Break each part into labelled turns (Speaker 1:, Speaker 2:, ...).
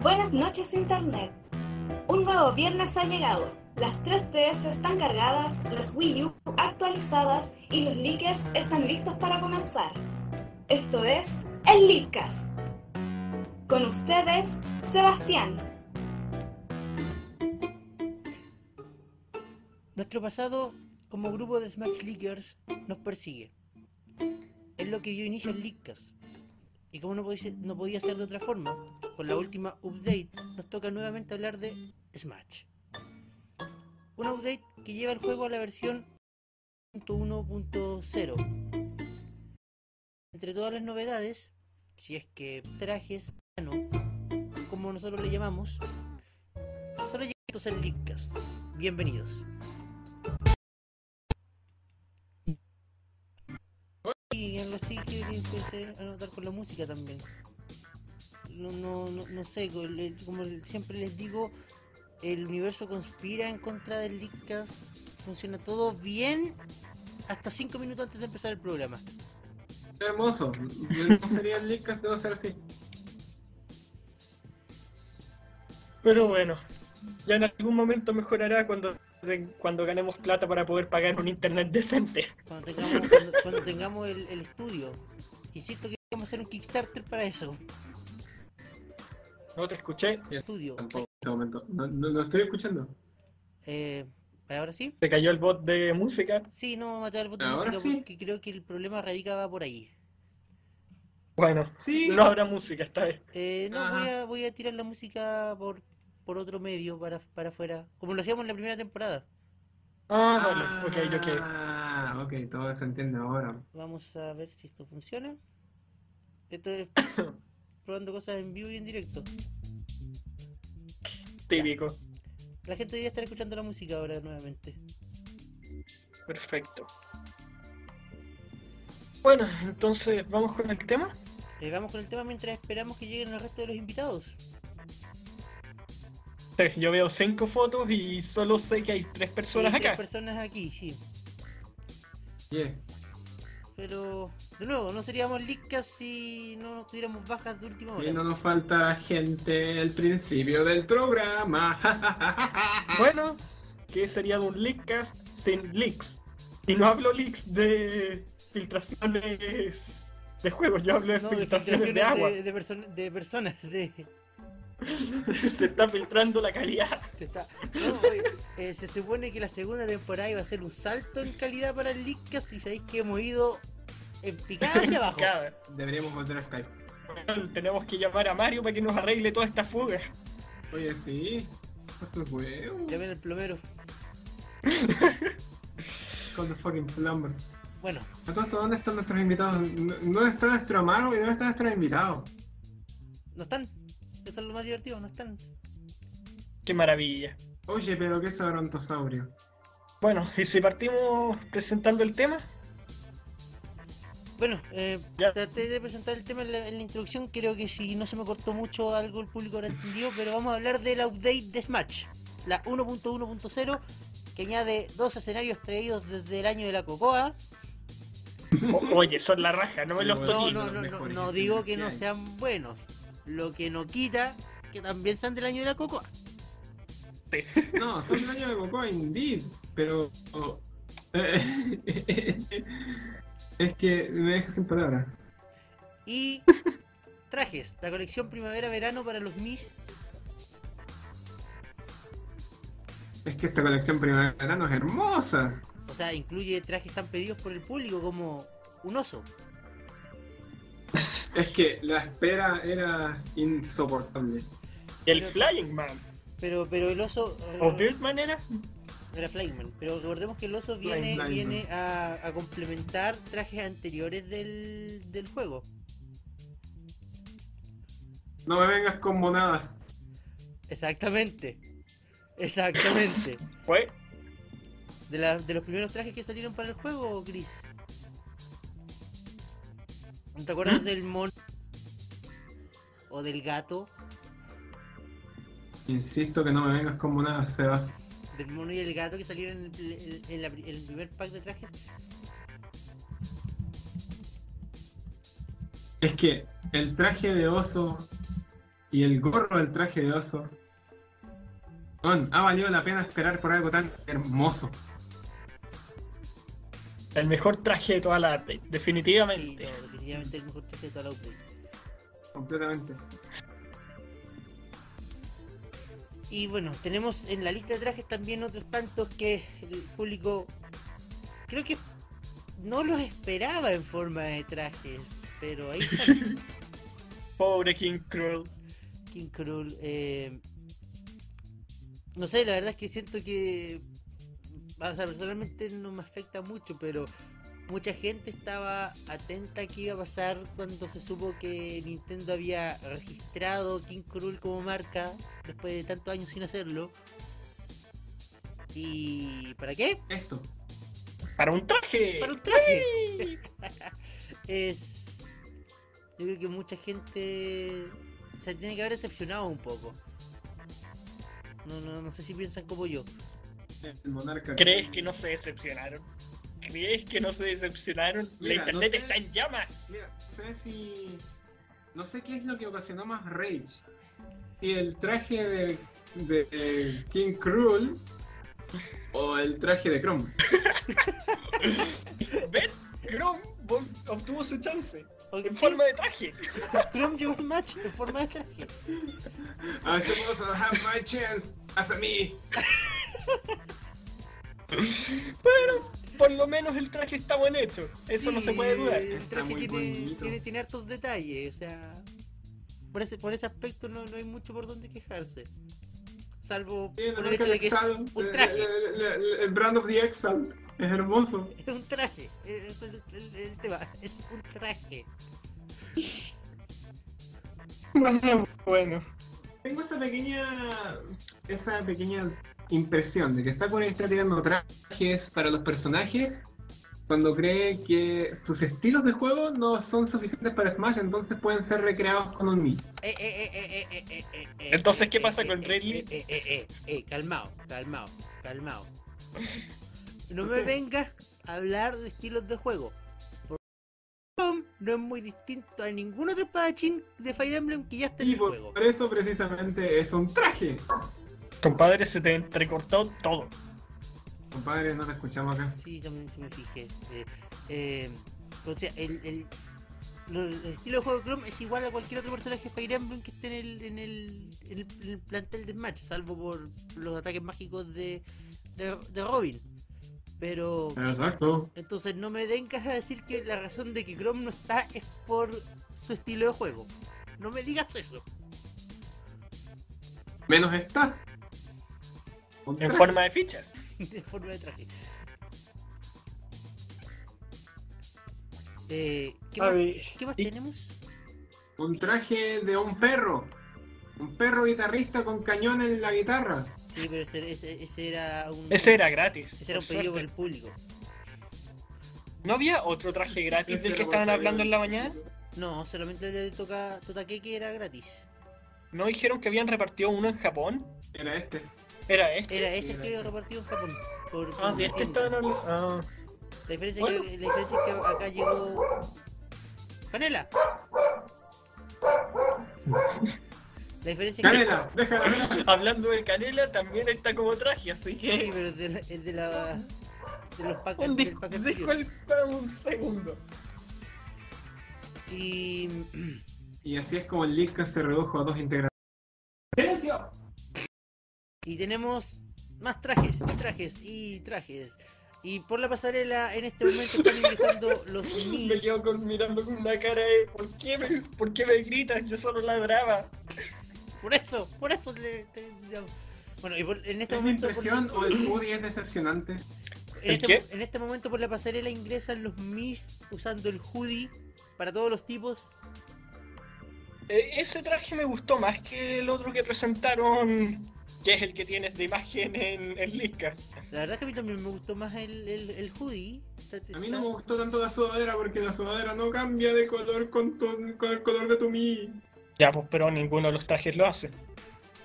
Speaker 1: Buenas noches Internet. Un nuevo viernes ha llegado. Las 3DS están cargadas, las Wii U actualizadas y los leakers están listos para comenzar. Esto es el Leakcast. Con ustedes, Sebastián.
Speaker 2: Nuestro pasado como grupo de Smash Leakers nos persigue. Es lo que dio inicio al Leakcast. Y como no podía, no podía ser de otra forma, con la última update nos toca nuevamente hablar de Smash. Un update que lleva el juego a la versión 1.1.0. Entre todas las novedades, si es que trajes, plano, como nosotros le llamamos, solo llega estos en Leakcast. Bienvenidos. Y algo así que empecé a notar con la música también. No, no, no, no sé, con el- como el- siempre les digo, el universo conspira en contra del Leakcast. Funciona todo bien hasta 5 minutos antes de empezar el programa.
Speaker 3: Qué hermoso. No sería el Leadcast, debo ser así.
Speaker 4: Pero bueno, ya en algún momento mejorará cuando, cuando ganemos plata para poder pagar un internet decente.
Speaker 2: Cuando tengamos, cuando, cuando tengamos el, el estudio. Insisto que vamos a hacer un Kickstarter para eso.
Speaker 4: No te escuché,
Speaker 2: Estudio.
Speaker 3: Tampoco en este momento. No, no, no estoy escuchando.
Speaker 2: Eh, ¿Ahora sí?
Speaker 4: te cayó el bot de música.
Speaker 2: Sí, no vamos a matar el botón de
Speaker 3: Ahora
Speaker 2: música
Speaker 3: sí.
Speaker 2: porque creo que el problema radicaba por ahí.
Speaker 4: Bueno,
Speaker 3: Sí.
Speaker 4: no habrá música esta vez.
Speaker 2: Eh, no,
Speaker 3: Ajá.
Speaker 2: voy a, voy a tirar la música por, por otro medio para, para afuera, como lo hacíamos en la primera temporada.
Speaker 4: Ah, vale, ok, ok.
Speaker 3: Ah, ok, todo se entiende ahora.
Speaker 2: Vamos a ver si esto funciona. Esto es probando cosas en vivo y en directo.
Speaker 4: Típico.
Speaker 2: La gente debería estar escuchando la música ahora nuevamente.
Speaker 4: Perfecto. Bueno, entonces, ¿vamos con el tema?
Speaker 2: Eh, vamos con el tema mientras esperamos que lleguen el resto de los invitados.
Speaker 4: Sí, yo veo cinco fotos y solo sé que hay tres personas
Speaker 2: Hay tres
Speaker 4: acá.
Speaker 2: personas aquí, sí.
Speaker 3: Yeah.
Speaker 2: Pero, de nuevo, no seríamos licas si no nos tuviéramos bajas de última
Speaker 3: Y
Speaker 2: hora.
Speaker 3: no nos falta gente el principio del programa. Ah.
Speaker 4: Bueno, ¿qué sería de un leakcast sin leaks? Y no hablo leaks de filtraciones de juegos, yo hablo de
Speaker 2: No, de
Speaker 4: filtraciones de,
Speaker 2: filtraciones
Speaker 4: agua.
Speaker 2: de, de perso- de personas, de...
Speaker 4: Se está filtrando la calidad.
Speaker 2: Se, está- no, oye, eh, se supone que la segunda temporada iba a ser un salto en calidad para el Leadcast y sabéis que hemos ido en picada hacia abajo.
Speaker 4: Cada-
Speaker 3: Deberíamos volver a Skype.
Speaker 4: Bueno, tenemos que llamar a Mario para que nos arregle toda esta fuga.
Speaker 3: Oye, sí. Esto es huevo.
Speaker 2: Ya ven el plomero.
Speaker 3: Con the fucking plumber.
Speaker 2: Bueno,
Speaker 3: A todo esto, ¿dónde están nuestros invitados? No- ¿Dónde está nuestro amaro y dónde están nuestros invitados?
Speaker 2: no están. Eso es lo más divertido, no están.
Speaker 4: Qué maravilla.
Speaker 3: Oye, pero qué sabrontosaurio.
Speaker 4: Bueno, y si partimos presentando el tema,
Speaker 2: Bueno, eh,
Speaker 4: Ya.
Speaker 2: traté de presentar el tema en la, en la introducción. Creo que si no se me cortó mucho algo el público habrá entendido, pero vamos a hablar del update de Smash. La 1.1.0 que añade dos escenarios traídos desde el año de la Cocoa.
Speaker 4: o- oye, son la raja, no me los
Speaker 3: Bueno,
Speaker 2: No,
Speaker 3: Pues
Speaker 4: toqué.
Speaker 3: Uno
Speaker 2: no,
Speaker 3: de
Speaker 2: no,
Speaker 3: los
Speaker 2: no,
Speaker 3: mejores
Speaker 2: no digo
Speaker 3: escenarios
Speaker 2: que
Speaker 3: que
Speaker 2: no
Speaker 3: hay.
Speaker 2: sean buenos. Lo que no quita que también sean del año de la cocoa.
Speaker 3: No, son dueños de Cocoa Indeed, pero. oh, eh, es que me deja sin palabras.
Speaker 2: Y trajes, la colección primavera-verano para los Mis.
Speaker 3: Es que esta colección primavera-verano es hermosa.
Speaker 2: O sea, incluye trajes tan pedidos por el público como un oso.
Speaker 3: Es que la espera era insoportable.
Speaker 4: El Flying Man.
Speaker 2: Pero, pero el oso.
Speaker 3: ¿Ah,
Speaker 2: eh,
Speaker 4: ¿O Birdman era?
Speaker 2: Era Flyman. Pero recordemos que el oso viene,
Speaker 3: Flyman.
Speaker 2: viene a, a complementar trajes anteriores del, del juego.
Speaker 3: No me vengas con monadas.
Speaker 2: Exactamente. Exactamente.
Speaker 4: Fue
Speaker 2: De, la- de los primeros trajes que salieron para el juego, Gris. ¿No te acuerdas del mono? ¿O del gato?
Speaker 3: Insisto que no me vengas con monadas, Seba.
Speaker 2: ¿Del mono y el gato que salieron en el, en- en la pri- en el primer pack de trajes?
Speaker 3: Es que el traje de oso Y el gorro del traje de oso. Weón, ha valido la pena esperar por algo tan hermoso.
Speaker 4: El mejor traje de toda la update,
Speaker 2: Sí,
Speaker 4: definitivamente.
Speaker 2: no, definitivamente el mejor traje de toda la update.
Speaker 3: Completamente.
Speaker 2: Y bueno, tenemos en la lista de trajes también otros tantos que el público creo que no los esperaba en forma de trajes, pero ahí está
Speaker 4: Pobre King Cruel.
Speaker 2: King Cruel. eh, no sé, la verdad es que siento que. O sea, personalmente no me afecta mucho, pero mucha gente estaba atenta a qué iba a pasar cuando se supo que Nintendo había registrado King Cruel como marca después de tantos años sin hacerlo. ¿Y para qué?
Speaker 3: Esto.
Speaker 4: Para un traje.
Speaker 2: para un traje. es. Yo creo que mucha gente se tiene que haber decepcionado un poco. No, no, no sé si piensan como yo.
Speaker 3: El monarca.
Speaker 4: ¿Crees que no se decepcionaron? ¿Crees que no se decepcionaron?
Speaker 3: Mira, no
Speaker 4: la internet
Speaker 3: sé.
Speaker 4: está en llamas.
Speaker 3: Mira, no sé si. No sé qué es lo que ocasionó más rage. Si el traje de, de, eh, King Cruel o el traje de Chrome.
Speaker 4: ¿Ves? Chrome vol- obtuvo su chance en
Speaker 2: Ok,
Speaker 4: forma de traje.
Speaker 2: Chrome llegó al match en forma de traje.
Speaker 3: I suppose I'll have my chance as a me.
Speaker 4: Bueno, por lo menos el traje está buen hecho. Eso no se puede
Speaker 2: Sí,
Speaker 4: dudar.
Speaker 2: El
Speaker 3: Está
Speaker 2: traje
Speaker 3: muy
Speaker 2: tiene,
Speaker 3: bonito.
Speaker 2: tiene, tiene hartos detalles, o sea. Por ese, por ese aspecto no, no hay mucho por donde quejarse. Salvo
Speaker 3: Sí, el
Speaker 2: por el
Speaker 3: monarca
Speaker 2: hecho de que es
Speaker 3: Exile,
Speaker 2: un
Speaker 3: el-
Speaker 2: traje.
Speaker 3: El, el- eh, el- el Brand of the Exile. Es hermoso.
Speaker 2: Es un traje, eh, es el, el- el tema, es un traje.
Speaker 4: Bueno.
Speaker 3: Tengo esa pequeña. Esa pequeña impresión de que Sakura está tirando trajes para los personajes cuando cree que sus estilos de juego no son suficientes para Smash, entonces pueden ser recreados con un Mi.
Speaker 2: Eh, eh, eh, eh, eh, eh, eh, eh,
Speaker 4: Entonces,
Speaker 2: eh,
Speaker 4: ¿qué
Speaker 2: eh,
Speaker 4: pasa
Speaker 2: eh,
Speaker 4: con
Speaker 2: eh,
Speaker 4: Ridley?
Speaker 2: Eh, eh, eh, eh, eh, calmao, calmao, calmao. No me vengas a hablar de estilos de juego. Por- No es muy distinto a ningún otro espadachín de Fire Emblem que ya está en
Speaker 3: Y
Speaker 2: el
Speaker 3: por,
Speaker 2: juego.
Speaker 3: por eso precisamente es un traje.
Speaker 4: Compadre, se te entrecortó todo.
Speaker 3: Compadre, no te escuchamos acá.
Speaker 2: Sí, también me fijé. Eh, eh, o sea, el, el, lo- el estilo de juego de Chrome es igual a cualquier otro personaje de Fire Emblem que esté en el, en el, en el, en el plantel de Smash, salvo por los ataques mágicos de, de, de Robin. Pero
Speaker 3: Exacto.
Speaker 2: entonces no me vengas a decir que la razón de que Chrome no está es por su estilo de juego. No me digas eso.
Speaker 3: Menos está. Un
Speaker 4: En
Speaker 3: traje.
Speaker 4: forma de fichas.
Speaker 2: de forma de traje. Eh, ¿qué,
Speaker 4: A
Speaker 2: más,
Speaker 4: ver,
Speaker 2: ¿Qué más
Speaker 4: y-
Speaker 2: tenemos?
Speaker 3: Un traje de un perro. Un perro guitarrista con cañón en la guitarra.
Speaker 2: Sí, pero ese, ese- ese era un,
Speaker 4: Ese era gratis.
Speaker 2: ese era un
Speaker 4: por
Speaker 2: pedido por
Speaker 4: suerte.
Speaker 2: el público.
Speaker 4: ¿No había otro traje gratis este del que estaban hablando en la mañana?
Speaker 2: No, solamente le toca Totakeke era gratis.
Speaker 4: ¿No dijeron que habían repartido uno en Japón?
Speaker 3: Era este.
Speaker 4: ¿Era este?
Speaker 2: Era ese el que repartido en Japón. Por,
Speaker 4: Ah,
Speaker 2: por
Speaker 4: de este
Speaker 2: Nintendo.
Speaker 4: estaban hablando. Ah.
Speaker 2: la, diferencia es que, la diferencia es que acá llegó. ¡Canela! La diferencia es que.
Speaker 3: Canela, déjala ver.
Speaker 4: Hablando de canela, también está como traje, así
Speaker 2: Sí,
Speaker 4: que.
Speaker 2: pero es de, la, es de, la, de los packs
Speaker 4: Un
Speaker 2: del
Speaker 4: dis-
Speaker 2: pack anterior.
Speaker 4: Dejo el pan un segundo.
Speaker 2: Y
Speaker 3: Y así es como el Lilka se redujo a dos integrantes.
Speaker 4: ¡Silencio!
Speaker 2: Y tenemos más trajes, y trajes, y trajes. Y por la pasarela en este momento están ingresando los
Speaker 4: Me
Speaker 2: niños.
Speaker 4: quedo con- mirando con una cara de. ¿Por qué me, por qué me gritas? Yo solo ladraba.
Speaker 2: Por eso, por eso le, te- ya- Bueno, y por- en este
Speaker 3: ¿Es mi
Speaker 2: momento. por-
Speaker 3: impresión o el Woody es decepcionante?
Speaker 2: en,
Speaker 4: ¿El
Speaker 2: este,
Speaker 4: qué?
Speaker 2: en este momento por la pasarela ingresan los Mis usando el hoodie para todos los tipos.
Speaker 4: Eh, ese traje me gustó más que el otro que presentaron, que es el que tienes de imagen en, en Leakcast.
Speaker 2: La verdad es que a mí también me gustó más el, el, el hoodie. Está-
Speaker 3: A
Speaker 2: está-
Speaker 3: mí no me gustó tanto la sudadera porque la sudadera no cambia de color con, tu- con el color de tu mi.
Speaker 4: Ya, pues, pero ninguno de los trajes lo hace.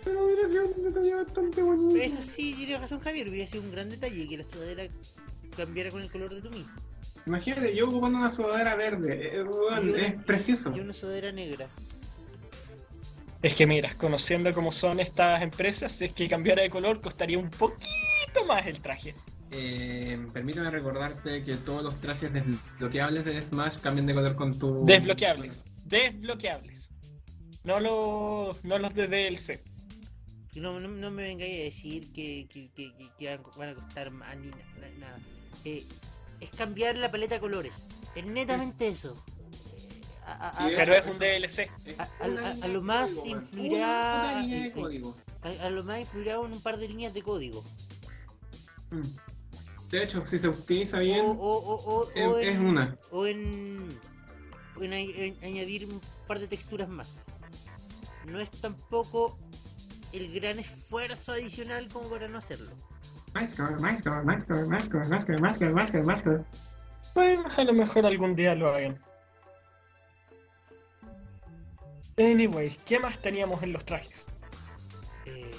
Speaker 3: Pero hubiera sido un detalle bastante bonito.
Speaker 2: Eso sí, tiene razón Javier, hubiera sido un gran detalle que la sudadera cambiara con el color de tu Mi.
Speaker 3: Imagínate, yo ocupando una sudadera verde. eh, eh, weón,
Speaker 2: Y una-
Speaker 3: es precioso.
Speaker 2: Y una sudadera negra.
Speaker 4: Es que miras, conociendo cómo son estas empresas, si es que cambiara de color costaría un poquito más el traje.
Speaker 3: Eh, permítame recordarte que todos los trajes desbloqueables de Smash cambian de color con tu.
Speaker 4: Desbloqueables. Desbloqueables. No los, no los de DLC.
Speaker 2: Y No, no, no me vengáis a decir que, que, que- que- que van- van a costar más ni na- na- nada. Eh, es cambiar la paleta de colores. Es netamente eso. Eh, a- a- a-
Speaker 3: Sí,
Speaker 4: Pero es
Speaker 3: eso.
Speaker 4: un DLC.
Speaker 3: Es
Speaker 2: A- a-
Speaker 3: una
Speaker 2: a- a
Speaker 3: línea
Speaker 2: lo
Speaker 3: de
Speaker 2: más
Speaker 3: código, weón.
Speaker 2: influirá-
Speaker 3: Una línea de
Speaker 2: eh,
Speaker 3: código.
Speaker 2: a, a lo más influirá en un par de líneas de código.
Speaker 3: Mm. De hecho, si se optimiza
Speaker 2: O,
Speaker 3: bien,
Speaker 4: Oh,
Speaker 2: o- o- o-
Speaker 3: es,
Speaker 2: o
Speaker 3: es
Speaker 2: en,
Speaker 3: una.
Speaker 2: o en- o en añ- en añadir un par de texturas más. No es tampoco el gran esfuerzo adicional como para no hacerlo.
Speaker 3: Máscara, máscara, máscara, máscara, máscara, máscara, máscara, máscara.
Speaker 4: Bueno, a lo mejor algún día lo hagan. Anyways, ¿qué más teníamos en los trajes?
Speaker 2: Eh,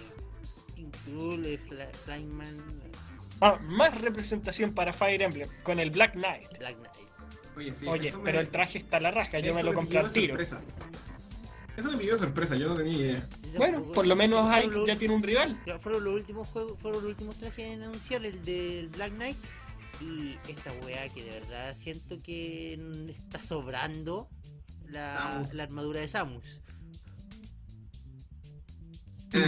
Speaker 2: Tim Krul, eh, Fly- Flyman,
Speaker 4: Ah, más representación para Fire Emblem con el Black Knight.
Speaker 2: eh, Black Knight.
Speaker 3: Oye, sí,
Speaker 4: Oye,
Speaker 3: eso me-
Speaker 4: pero el traje está a la raja, yo
Speaker 3: eso
Speaker 4: me lo compré
Speaker 3: pilló
Speaker 4: al tiro.
Speaker 3: sorpresa. Eso me pidió sorpresa, yo no tenía idea.
Speaker 4: Bueno,
Speaker 2: Tampoco-
Speaker 4: por lo menos Ike
Speaker 2: fueron
Speaker 4: ya
Speaker 2: los-
Speaker 4: tiene un rival.
Speaker 2: ya Fueron los últimos juegos, fueron los últimos trajes en anunciar, el del Black Knight y esta weá que de verdad siento que mm, está sobrando la,
Speaker 3: Samus.
Speaker 2: la armadura de Samus.
Speaker 3: Mm.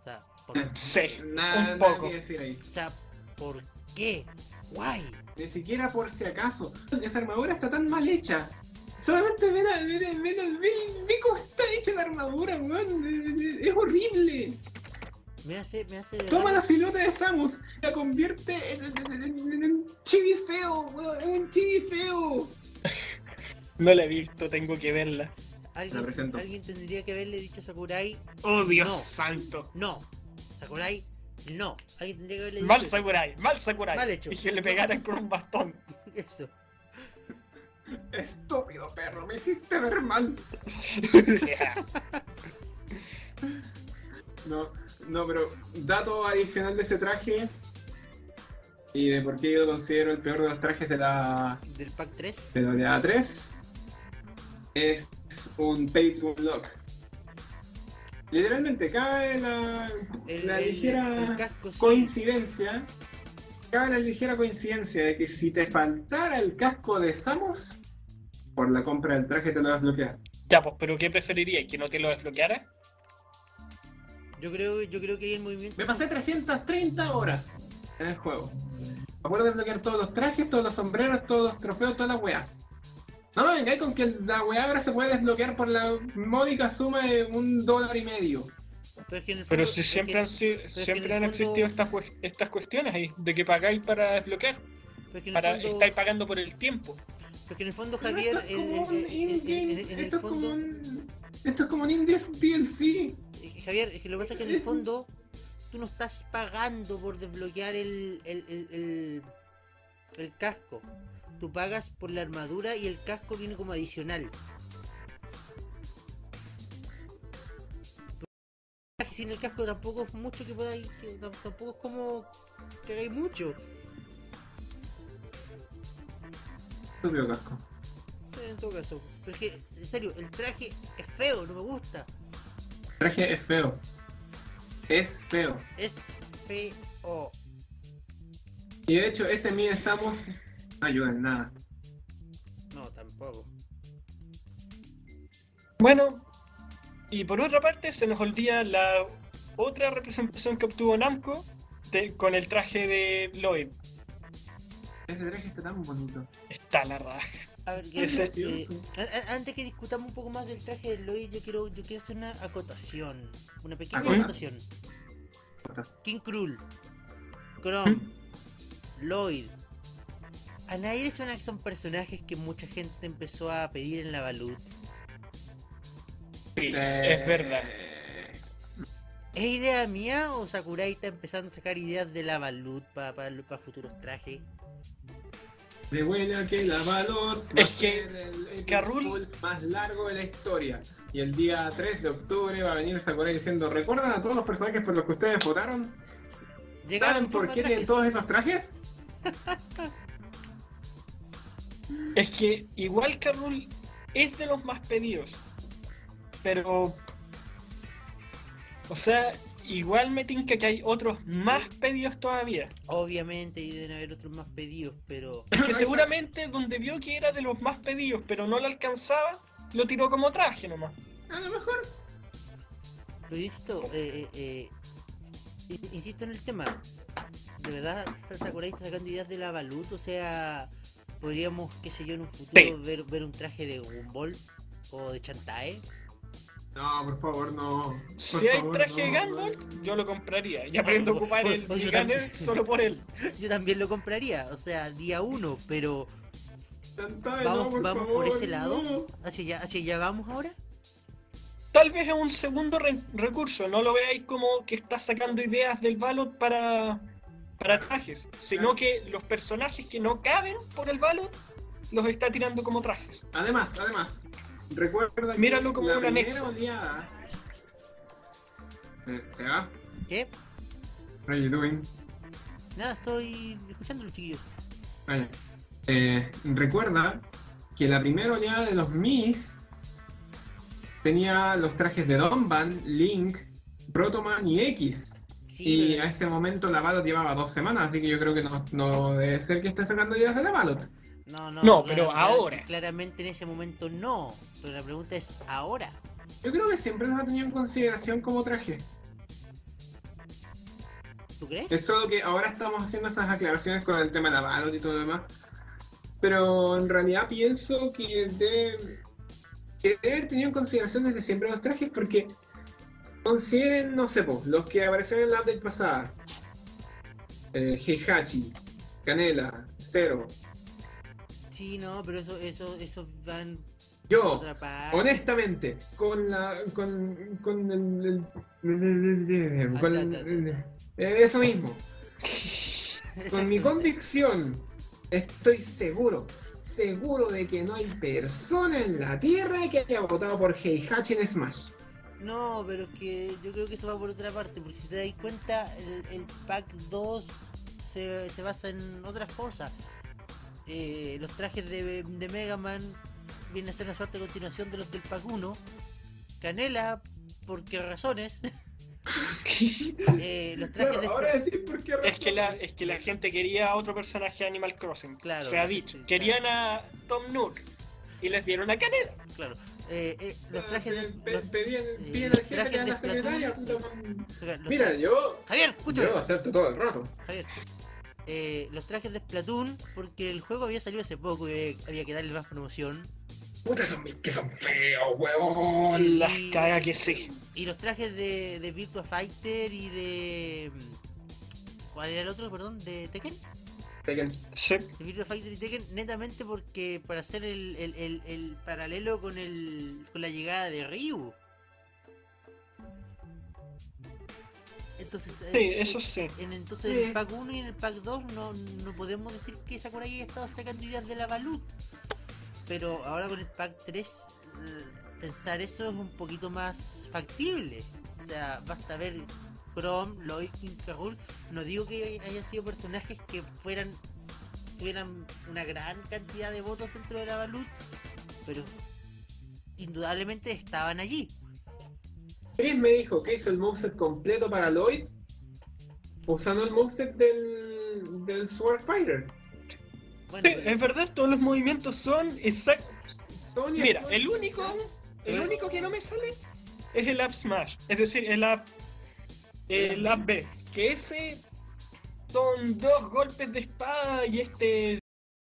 Speaker 2: O sea, por, o
Speaker 4: Sí,
Speaker 3: Nada, nada
Speaker 4: un poco.
Speaker 3: que decir ahí.
Speaker 2: sea, ¿por qué? Guay.
Speaker 3: Ni siquiera por si acaso. Esa armadura está tan mal hecha. Solamente ve, la- ve, ve, ve, la- ve- ve cómo está hecha la armadura, weón. Eh, eh, Es horrible.
Speaker 2: Me hace, me hace de
Speaker 3: Toma la
Speaker 2: verdad-
Speaker 3: silueta de Samus, la convierte en, en- en- en- en un chibi feo, weón. Es un chibi feo.
Speaker 4: No la he visto, tengo que verla.
Speaker 3: La
Speaker 2: alguien,
Speaker 3: presento.
Speaker 2: alguien tendría que haberle dicho a Sakurai,
Speaker 4: Oh, Dios
Speaker 2: No.
Speaker 4: santo.
Speaker 2: no. Sakurai, no. Alguien tendría que haberle
Speaker 4: Mal
Speaker 2: dicho. eso.
Speaker 4: Sakurai, mal Sakurai.
Speaker 2: Mal hecho.
Speaker 4: Y que le pegaran con un bastón.
Speaker 2: Eso.
Speaker 3: Estúpido perro, me hiciste ver mal. No, no, pero dato adicional de ese traje y de por qué yo lo considero el peor de los trajes de la
Speaker 2: Del pack 3.
Speaker 3: de la 3 es un pay to unlock. Literalmente cabe la,
Speaker 2: El,
Speaker 3: la
Speaker 2: el-
Speaker 3: ligera
Speaker 2: el casco sí.
Speaker 3: coincidencia, cabe la ligera coincidencia de que si te faltara el casco de Samus por la compra del traje te lo desbloquea.
Speaker 4: Ya, pues, pero ¿qué preferirías? ¿Que no te lo desbloqueara?
Speaker 2: Yo creo, yo creo que ahí el movimiento.
Speaker 3: Me pasé 330 horas en el juego. Me acuerdo de desbloquear todos los trajes, todos los sombreros, todos los trofeos, toda la weá. No me vengáis con que la weá ahora se puede desbloquear por la módica suma de un dólar y medio.
Speaker 2: Pero, es que en el
Speaker 4: Pero
Speaker 2: fondo-
Speaker 4: si
Speaker 2: es
Speaker 4: siempre
Speaker 2: que-
Speaker 4: han, sido-
Speaker 2: es que en
Speaker 4: siempre
Speaker 2: el
Speaker 4: han
Speaker 2: fondo-
Speaker 4: existido estas, cues- estas cuestiones ahí, de que pagáis para desbloquear.
Speaker 2: pero es que en el
Speaker 4: Para,
Speaker 2: fondo-
Speaker 4: Estáis pagando por el tiempo.
Speaker 2: pero es que en el fondo,
Speaker 3: Pero
Speaker 2: Javier.
Speaker 3: esto es
Speaker 2: el-
Speaker 3: como
Speaker 2: el-
Speaker 3: un
Speaker 2: el- el- el-
Speaker 3: in-game,
Speaker 2: en el
Speaker 3: esto es como
Speaker 2: fondo-
Speaker 3: un... Esto es como un indie DLC.
Speaker 2: eh, Javier, es que lo que pasa es que en el fondo. Tú no estás pagando por desbloquear el, el, el, el, el casco. Tú pagas por la armadura y el casco viene como adicional. Porque Sin el casco tampoco es mucho que podáis. que tam- tampoco es como que hagáis mucho. eh,
Speaker 3: Estúpido casco.
Speaker 2: En todo caso, pero es que, en serio, el traje es feo, no me gusta.
Speaker 3: El traje es feo. Es feo.
Speaker 2: Es feo.
Speaker 3: Y de hecho, ese Mie Samus no ayuda en nada.
Speaker 2: No, tampoco.
Speaker 4: Bueno, y por otra parte se nos olvida la otra representación que obtuvo Namco de- con el traje de Lloyd.
Speaker 3: Ese traje está tan bonito.
Speaker 4: Está la raja.
Speaker 2: A ver, que-
Speaker 4: Ese-
Speaker 2: eh, a- a- antes que discutamos un poco más del traje de Lloyd, yo quiero, yo quiero hacer una acotación. Una pequeña
Speaker 3: Acota.
Speaker 2: acotación. King Krul,
Speaker 4: ¿Mm?
Speaker 2: Chrome, Lloyd. A nadie suena que son personajes que mucha gente empezó a pedir en la balut.
Speaker 4: Sí,
Speaker 3: Sí.
Speaker 4: es verdad.
Speaker 2: ¿Es idea mía o Sakurai está empezando a sacar ideas de la balut para futuros trajes?
Speaker 3: De buena que la balot va
Speaker 4: Es
Speaker 3: a ser
Speaker 4: que
Speaker 3: el, el
Speaker 4: Carrul-
Speaker 3: fútbol más largo de la historia. Y el día 3 de octubre va a venir Sakurai diciendo, ¿recuerdan a todos los personajes por los que ustedes votaron?
Speaker 2: Llegaron
Speaker 3: ¿Saben
Speaker 2: en
Speaker 3: por
Speaker 2: forma
Speaker 3: qué
Speaker 2: de trajes.
Speaker 3: tienen todos esos trajes?
Speaker 4: Es que igual Carrul es de los más pedidos, pero O sea, igual me tinca que hay otros más pedidos todavía.
Speaker 2: Obviamente y deben haber otros más pedidos, pero
Speaker 4: Es que seguramente donde vio que era de los más pedidos, pero no lo alcanzaba, lo tiró como traje nomás.
Speaker 3: A lo mejor.
Speaker 2: Listo, eh, eh, eh, in- insisto en el tema. De verdad, Sakurai está sacando ideas de la balut, o sea, podríamos, qué sé yo, en un futuro ver, ver un traje de Gumball o de Chantae.
Speaker 3: No, por favor, no. Por
Speaker 4: Si hay
Speaker 3: favor,
Speaker 4: traje de
Speaker 3: no.
Speaker 4: Gumball, yo lo compraría y aprendo a ocupar el
Speaker 2: Pues yo
Speaker 4: Gunner
Speaker 2: también.
Speaker 4: solo por él.
Speaker 2: Yo también lo compraría, o sea, día uno, pero
Speaker 3: Chantae,
Speaker 2: vamos,
Speaker 3: no, por
Speaker 2: vamos
Speaker 3: favor,
Speaker 2: por ese lado.
Speaker 3: no.
Speaker 2: Hacia allá, hacia allá vamos ahora.
Speaker 4: Tal vez es un segundo re- recurso, no lo veáis como que está sacando ideas del ballot para, para trajes, sino que los personajes que no caben por el ballot los está tirando como trajes.
Speaker 3: Además, además, recuerda que
Speaker 4: Míralo como
Speaker 3: la
Speaker 4: un
Speaker 3: primera
Speaker 4: anexo.
Speaker 3: oleada- Eh, ¿Se va?
Speaker 2: ¿Qué?
Speaker 3: What are you doing?
Speaker 2: Nada, estoy escuchando los chiquillos.
Speaker 3: Ah, ya. Eh, recuerda que la primera oleada de los Mis tenía los trajes de Donban, Link, Protoman y X.
Speaker 2: Sí,
Speaker 3: y
Speaker 2: pero-
Speaker 3: a ese momento la Balot llevaba dos semanas, así que yo creo que no, no debe ser que esté sacando ideas de la Balot.
Speaker 2: no, no,
Speaker 4: No,
Speaker 2: clara-
Speaker 4: pero
Speaker 2: clara-
Speaker 4: ahora.
Speaker 2: Claramente en ese momento no, pero la pregunta es ahora.
Speaker 3: Yo creo que siempre los ha tenido en consideración como traje.
Speaker 2: ¿Tú crees?
Speaker 3: Es solo que ahora estamos haciendo esas aclaraciones con el tema de la Balot y todo lo demás. Pero en realidad pienso que debe, que debe haber tenido en consideración desde siempre los trajes porque consideren, no sé, po, los que aparecieron en la update pasada. Eh, Heihachi, Canela, Zero,
Speaker 2: Sí, no, pero eso, eso, eso van por
Speaker 3: yo.
Speaker 2: otra parte.
Speaker 3: Honestamente, con la. con. con el. el- con el- eso mismo. Con mi convicción, estoy seguro, seguro de que no hay persona en la Tierra que haya votado por Heihachi en Smash.
Speaker 2: No, pero es que yo creo que eso va por otra parte, porque si te das cuenta, el, el pack 2 se, se basa en otras cosas. Eh, los trajes de, de Mega Man vienen a ser una suerte de continuación de los del pack 1. Canela, por qué razones. Eh, los trajes
Speaker 3: Claro,
Speaker 2: de.
Speaker 3: ahora decir por qué
Speaker 4: Es que, la,
Speaker 3: razón.
Speaker 4: es que la gente quería a otro personaje de Animal Crossing.
Speaker 2: Claro,
Speaker 4: se ha
Speaker 2: la
Speaker 4: dicho.
Speaker 2: gente-
Speaker 4: Querían a Tom Nook y les dieron a Canela.
Speaker 2: Claro. eh, eh, los trajes de.
Speaker 3: Pe-
Speaker 2: los-
Speaker 3: pedían,
Speaker 2: eh,
Speaker 3: piden
Speaker 2: los
Speaker 3: al jefe
Speaker 2: trajes
Speaker 3: que era
Speaker 2: de
Speaker 3: la secretaria, puta
Speaker 2: Splatoon.
Speaker 3: man.
Speaker 2: los
Speaker 3: Mira,
Speaker 2: trajes-
Speaker 3: yo.
Speaker 2: Javier, escúchame.
Speaker 3: Yo acepto todo el rato.
Speaker 2: Javier, eh, los trajes de Splatoon, porque el juego había salido hace poco y eh, había que darle más promoción.
Speaker 3: Puta, son, que son feos, huevón.
Speaker 4: Las caga que sí.
Speaker 2: Y los trajes de, de Virtua Fighter y de. ¿Cuál era el otro, perdón? ¿De Tekken?
Speaker 3: Tekken.
Speaker 4: Sí.
Speaker 2: De Virtua Fighter y Tekken, netamente porque para hacer el, el- el- el paralelo con, el, con la llegada de Ryu. Entonces, eh,
Speaker 4: Sí, eso sí.
Speaker 2: En, entonces en
Speaker 3: Sí.
Speaker 2: el pack 1 y en el pack 2 no, no podemos decir que Sakurai haya estado sacando ideas de la balut. Pero ahora con el pack 3, pensar eso es un poquito más factible. O sea, basta ver Chrome, Lloyd, King Rahul. No digo que hayan sido personajes que fueran tuvieran una gran cantidad de votos dentro de la balut, pero indudablemente estaban allí.
Speaker 3: Chris me dijo que hizo el moveset completo para Lloyd usando el moveset del, del Sword Fighter.
Speaker 2: Bueno,
Speaker 4: Sí,
Speaker 2: pero-
Speaker 4: Es verdad, todos los movimientos son exactos.
Speaker 3: Sony
Speaker 4: Mira,
Speaker 3: Sword
Speaker 4: el único- El
Speaker 2: ¿Eh?
Speaker 4: único que no me sale es el App Smash, es decir, el App, el App B, que ese son dos golpes de espada y este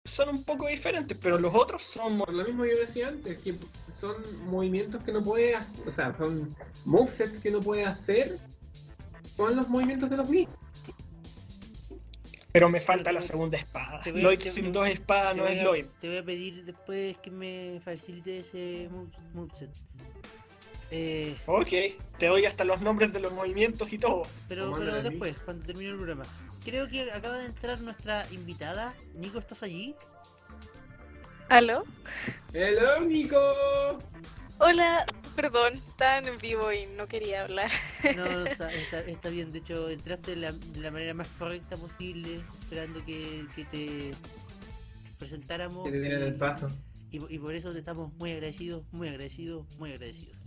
Speaker 4: son un poco diferentes, pero los otros son... mo-
Speaker 3: Por lo mismo yo decía antes, que son movimientos que no puedes hacer, o sea, son movesets que no puedes hacer con los movimientos de los Mii.
Speaker 4: Pero me falta la segunda espada.
Speaker 2: Te voy a-
Speaker 4: Lloyd
Speaker 2: te-
Speaker 4: sin
Speaker 2: te-
Speaker 4: dos espadas
Speaker 2: Te
Speaker 4: no
Speaker 2: voy
Speaker 4: es
Speaker 2: a-
Speaker 4: Lloyd.
Speaker 2: Ah, Te voy a pedir después que me facilite ese moves- moveset. Eh,
Speaker 4: Ok, te doy hasta los nombres de los movimientos y todo.
Speaker 2: pero
Speaker 3: Comando
Speaker 2: pero
Speaker 3: de mí.
Speaker 2: después, cuando termine el programa. Creo que acaba de entrar nuestra invitada. Nico, ¿estás allí?
Speaker 5: ¿Aló?
Speaker 3: ¡El único!
Speaker 5: Hola, perdón, tan en vivo y no quería hablar.
Speaker 2: No, no, está, está- está bien. De hecho, entraste de la, de la manera más correcta posible, esperando que, que te presentáramos.
Speaker 3: Que te dieran el paso.
Speaker 2: Y, y por eso te estamos muy agradecidos, muy agradecidos, muy agradecidos.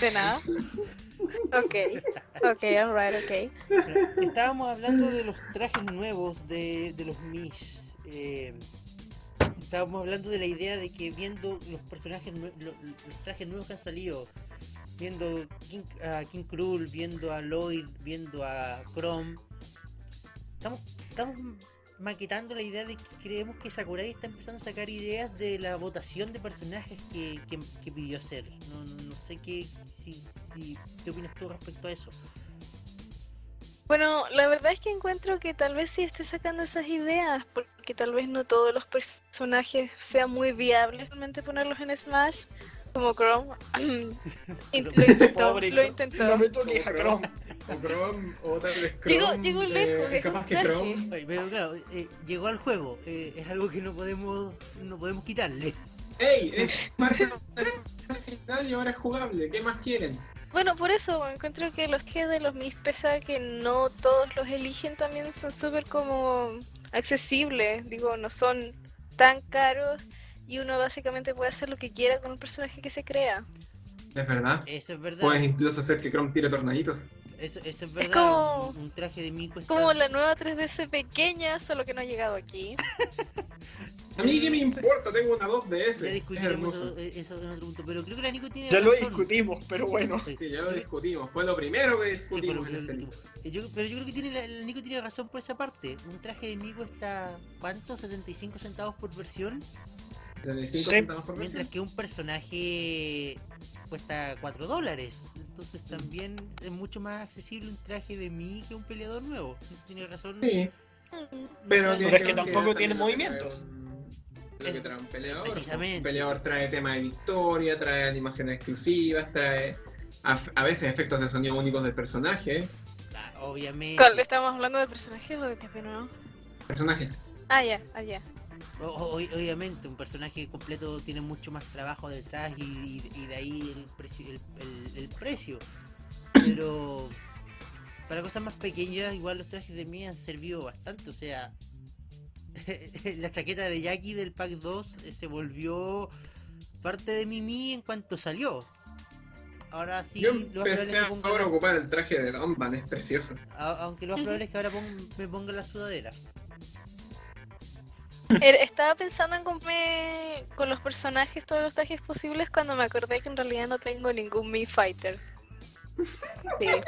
Speaker 5: De nada. Ok, ok, alright, ok.
Speaker 2: Bueno, estábamos hablando de los trajes nuevos de, de los Mish. eh, estábamos hablando de la idea de que viendo los personajes, nue- lo- los trajes nuevos que han salido, viendo King, a King Krul, viendo a Lloyd, viendo a Chrome, estamos, estamos maquetando la idea de que creemos que Sakurai está empezando a sacar ideas de la votación de personajes que, que- que pidió hacer. No, no, no sé qué, si, si- qué opinas tú respecto a eso.
Speaker 5: Bueno, la verdad es que encuentro que tal vez sí esté sacando esas ideas, porque tal vez no todos los personajes sean muy viables realmente ponerlos en Smash, como Chrome. Y lo intentó,
Speaker 4: Pobre
Speaker 5: lo
Speaker 4: Chrome.
Speaker 5: intentó.
Speaker 4: No me toques a
Speaker 3: Chrome.
Speaker 4: Chrome.
Speaker 3: O Chrome, o tal vez Chrome.
Speaker 5: Llegó, llegó
Speaker 3: eh,
Speaker 5: lejos, es
Speaker 3: capaz
Speaker 5: un
Speaker 3: que Chrome.
Speaker 5: traje.
Speaker 2: Oye, Pero claro, eh, llegó al juego, eh, es algo que no podemos no podemos quitarle.
Speaker 3: ¡Ey! Es parte del final y ahora es jugable. ¿Qué más quieren?
Speaker 5: Bueno, por eso encuentro que los que de los mis pesa que no todos los eligen también son súper como accesibles, digo, no son tan caros y uno básicamente puede hacer lo que quiera con un personaje que se crea.
Speaker 3: Es verdad.
Speaker 2: Eso es verdad.
Speaker 3: Puedes incluso hacer que Chrome tire tornaditos.
Speaker 2: eso, eso es verdad.
Speaker 5: como-
Speaker 2: un, un traje de mil cuesta.
Speaker 5: Como la nueva 3DS pequeña, solo que no ha llegado aquí.
Speaker 3: A mí qué me importa, tengo una 2DS.
Speaker 2: Ya
Speaker 3: Es
Speaker 2: discutiremos eso,
Speaker 3: hermoso.
Speaker 2: eh, eso en otro punto, pero creo que la Nico tiene
Speaker 4: Ya lo
Speaker 2: razón.
Speaker 4: discutimos, pero bueno.
Speaker 2: Oye,
Speaker 3: Sí, ya lo
Speaker 2: creo-
Speaker 3: discutimos. Fue lo primero que
Speaker 2: sí, fue lo
Speaker 3: discutimos en
Speaker 2: primero
Speaker 3: este
Speaker 2: que
Speaker 3: libro.
Speaker 2: discutimos. Eh, yo- pero yo creo que tiene la, la Nico tiene razón por esa parte. Un traje de mil cuesta ¿cuánto? 75 centavos por versión,
Speaker 3: 35
Speaker 4: Sí.
Speaker 3: centavos por
Speaker 2: mientras
Speaker 3: versión.
Speaker 2: que un personaje cuesta 4 dólares. Entonces también es mucho más accesible un traje de mí que un peleador nuevo. Eso tiene razón.
Speaker 3: Sí,
Speaker 5: Mm.
Speaker 3: pero,
Speaker 2: Nico.
Speaker 3: tienes
Speaker 4: Pero es que
Speaker 3: considerar
Speaker 4: tampoco
Speaker 3: también lo que trae
Speaker 4: tiene movimientos.
Speaker 3: un- Lo que
Speaker 2: Es-
Speaker 3: trae un peleador. pues.
Speaker 2: precisamente.
Speaker 3: Un peleador trae tema de victoria, trae animaciones exclusivas, trae a, a veces efectos de sonido únicos del personaje.
Speaker 2: Ah, obviamente.
Speaker 5: ¿Cuál? ¿Estamos hablando de personajes o de TP nuevo?
Speaker 3: Personajes.
Speaker 5: Ah, ya, ah, ya.
Speaker 2: O- o- obviamente, un personaje completo tiene mucho más trabajo detrás y, y- y de ahí el precio. El, el- el precio. Pero para cosas más pequeñas, igual los trajes de mí han servido bastante. O sea, la chaqueta de Jackie del Pack 2 eh, se volvió parte de Mimi en cuanto salió. Ahora sí,
Speaker 3: Yo
Speaker 2: lo más probable
Speaker 3: empecé
Speaker 2: es que ponga
Speaker 3: ahora a
Speaker 2: la-
Speaker 3: ocupar el traje de Domban, es precioso.
Speaker 2: a- aunque lo más probable es que ahora pon- me ponga la sudadera.
Speaker 5: Er- Estaba pensando en comprarme con los personajes todos los trajes posibles cuando me acordé que en realidad no tengo ningún Mi Fighter. Sí.
Speaker 2: Oye,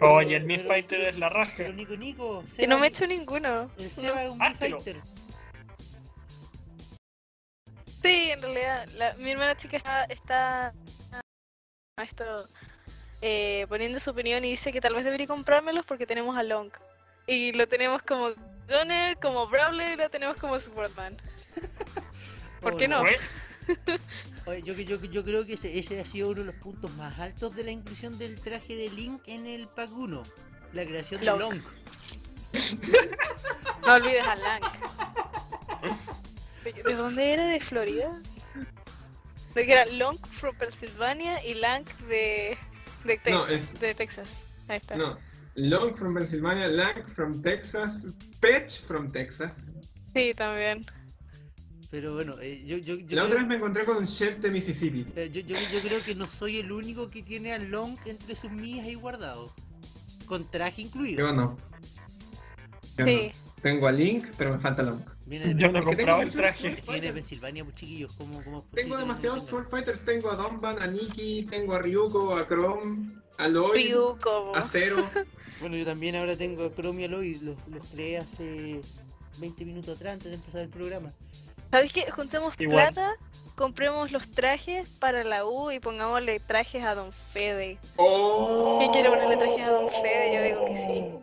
Speaker 4: Oye,
Speaker 2: el
Speaker 4: el
Speaker 2: Miss
Speaker 4: Miss
Speaker 2: Pero- Fighter
Speaker 4: Fighter
Speaker 2: es
Speaker 4: es la
Speaker 2: Pero
Speaker 4: raja.
Speaker 2: Nico, Nico,
Speaker 5: Que no
Speaker 2: Seba-
Speaker 5: me he hecho ninguno.
Speaker 2: El Seba es un Beat
Speaker 4: háztelo.
Speaker 2: Fighter.
Speaker 5: Sí, en realidad, la- mi hermana chica está, está a esto, eh, poniendo su opinión y dice que tal vez debería comprármelos porque tenemos a Long. Y lo tenemos como Gunner, como Brawler, y lo tenemos como Superman. ¿Por qué no?
Speaker 4: Bueno,
Speaker 2: Oye, yo, yo, yo creo que ese, ese ha sido uno de los puntos más altos de la inclusión del traje de Link en el pack 1. La creación de
Speaker 5: Long.
Speaker 2: Long.
Speaker 5: No olvides a Lang. ¿De, de dónde era? ¿De Florida? De que era Long from Pennsylvania y Lang de, de, Tex-
Speaker 3: No, es-
Speaker 5: de Texas. Ahí está.
Speaker 3: No. Long from Pennsylvania, Lang from Texas, Patch from Texas.
Speaker 5: Sí, también.
Speaker 2: Pero bueno, eh, yo, yo, yo,
Speaker 3: La otra vez
Speaker 2: creo,
Speaker 3: me encontré con Shep de Mississippi.
Speaker 2: eh, yo, yo- yo creo que no soy el único que tiene a Long entre sus mías ahí guardado. Con traje incluido.
Speaker 3: Yo no. Yo
Speaker 5: Sí.
Speaker 3: no. Tengo a Link, pero me falta Long.
Speaker 2: Viene de,
Speaker 4: Yo no he
Speaker 2: Pensil-
Speaker 3: Porque
Speaker 4: comprado
Speaker 3: tengo
Speaker 4: el traje.
Speaker 2: es que viene de Pensilvania, pues, chiquillos. ¿cómo, cómo es posible que
Speaker 3: Tengo
Speaker 2: no
Speaker 3: demasiados
Speaker 2: tenga?
Speaker 3: Soul Fighters. Tengo a Domban, a Nikki, tengo a Ryuko, a Chrome, a Lloyd,
Speaker 5: Ryu como.
Speaker 3: a Zero.
Speaker 2: Bueno, yo también ahora tengo a Chrome y a Lloyd. Los, los creé hace 20 minutos atrás antes de empezar el programa.
Speaker 5: ¿Sabes qué? Juntemos
Speaker 4: Igual.
Speaker 5: plata, compremos los trajes para la U y pongámosle trajes a Don Fede.
Speaker 3: ¡Oh!
Speaker 5: ¿Quién quiere ponerle traje a Don Fede? Yo digo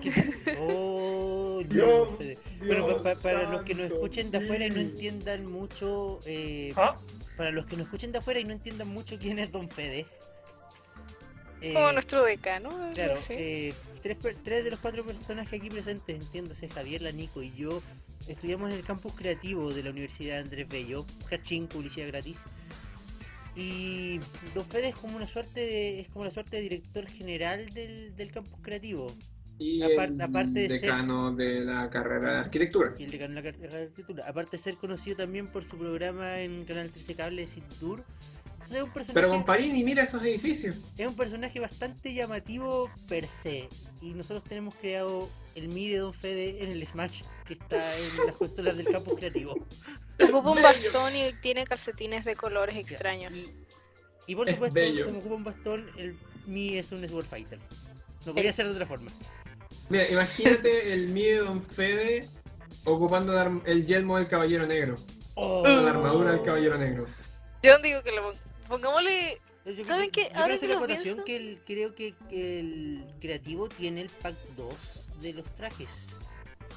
Speaker 5: que sí.
Speaker 2: ¿Qué tal? Oh, no,
Speaker 3: Dios,
Speaker 2: Fede.
Speaker 3: Dios
Speaker 2: Bueno, pa- pa- para los que nos
Speaker 3: santo,
Speaker 2: escuchen de afuera y no
Speaker 3: sí.
Speaker 2: entiendan mucho, eh,
Speaker 4: ¿Ah?
Speaker 2: para los que nos escuchen de afuera y no entiendan mucho quién es Don Fede. eh,
Speaker 5: Como nuestro decano. yo
Speaker 2: Claro,
Speaker 5: qué sé.
Speaker 2: eh, tres, per- tres de los cuatro personajes aquí presentes, entiéndase, Javier, la Nico y yo, estudiamos en el campus creativo de la Universidad Andrés Bello, cachín, publicidad gratis. Y Don Fede es como una suerte de, es como la suerte de director general del, del campus creativo.
Speaker 3: Y
Speaker 2: Apar-
Speaker 3: el
Speaker 2: aparte de ser-
Speaker 3: decano de la carrera de arquitectura.
Speaker 2: y el decano de la carrera de arquitectura. Aparte de ser conocido también por su programa en Canal 13 Cable, City Tour, Entonces es un personaje,
Speaker 3: Pero con Parini, mira esos edificios.
Speaker 2: es un personaje bastante llamativo per se. Y nosotros tenemos creado el Mi de Don Fede en el Smash, que está en las consolas del campo creativo.
Speaker 5: Ocupa un
Speaker 3: Bello.
Speaker 5: bastón y tiene calcetines de colores extraños.
Speaker 2: Y, y por
Speaker 3: Es
Speaker 2: supuesto,
Speaker 3: bello.
Speaker 2: como ocupa un bastón, el Mi es un Sword Fighter. No podía ser de otra forma.
Speaker 3: Mira, imagínate el miedo de Don Fede ocupando la arm- el yelmo del Caballero Negro.
Speaker 2: Oh.
Speaker 3: Con la armadura del Caballero Negro.
Speaker 5: Yo digo que lo pon- pongámosle.
Speaker 2: Yo creo
Speaker 5: ¿Saben
Speaker 2: que-
Speaker 5: qué?
Speaker 2: Yo
Speaker 5: Ahora
Speaker 2: quiero hacer
Speaker 5: que
Speaker 2: la
Speaker 5: lo
Speaker 2: acotación
Speaker 5: pienso-
Speaker 2: que el, creo que, que el creativo tiene el pack 2 de los trajes.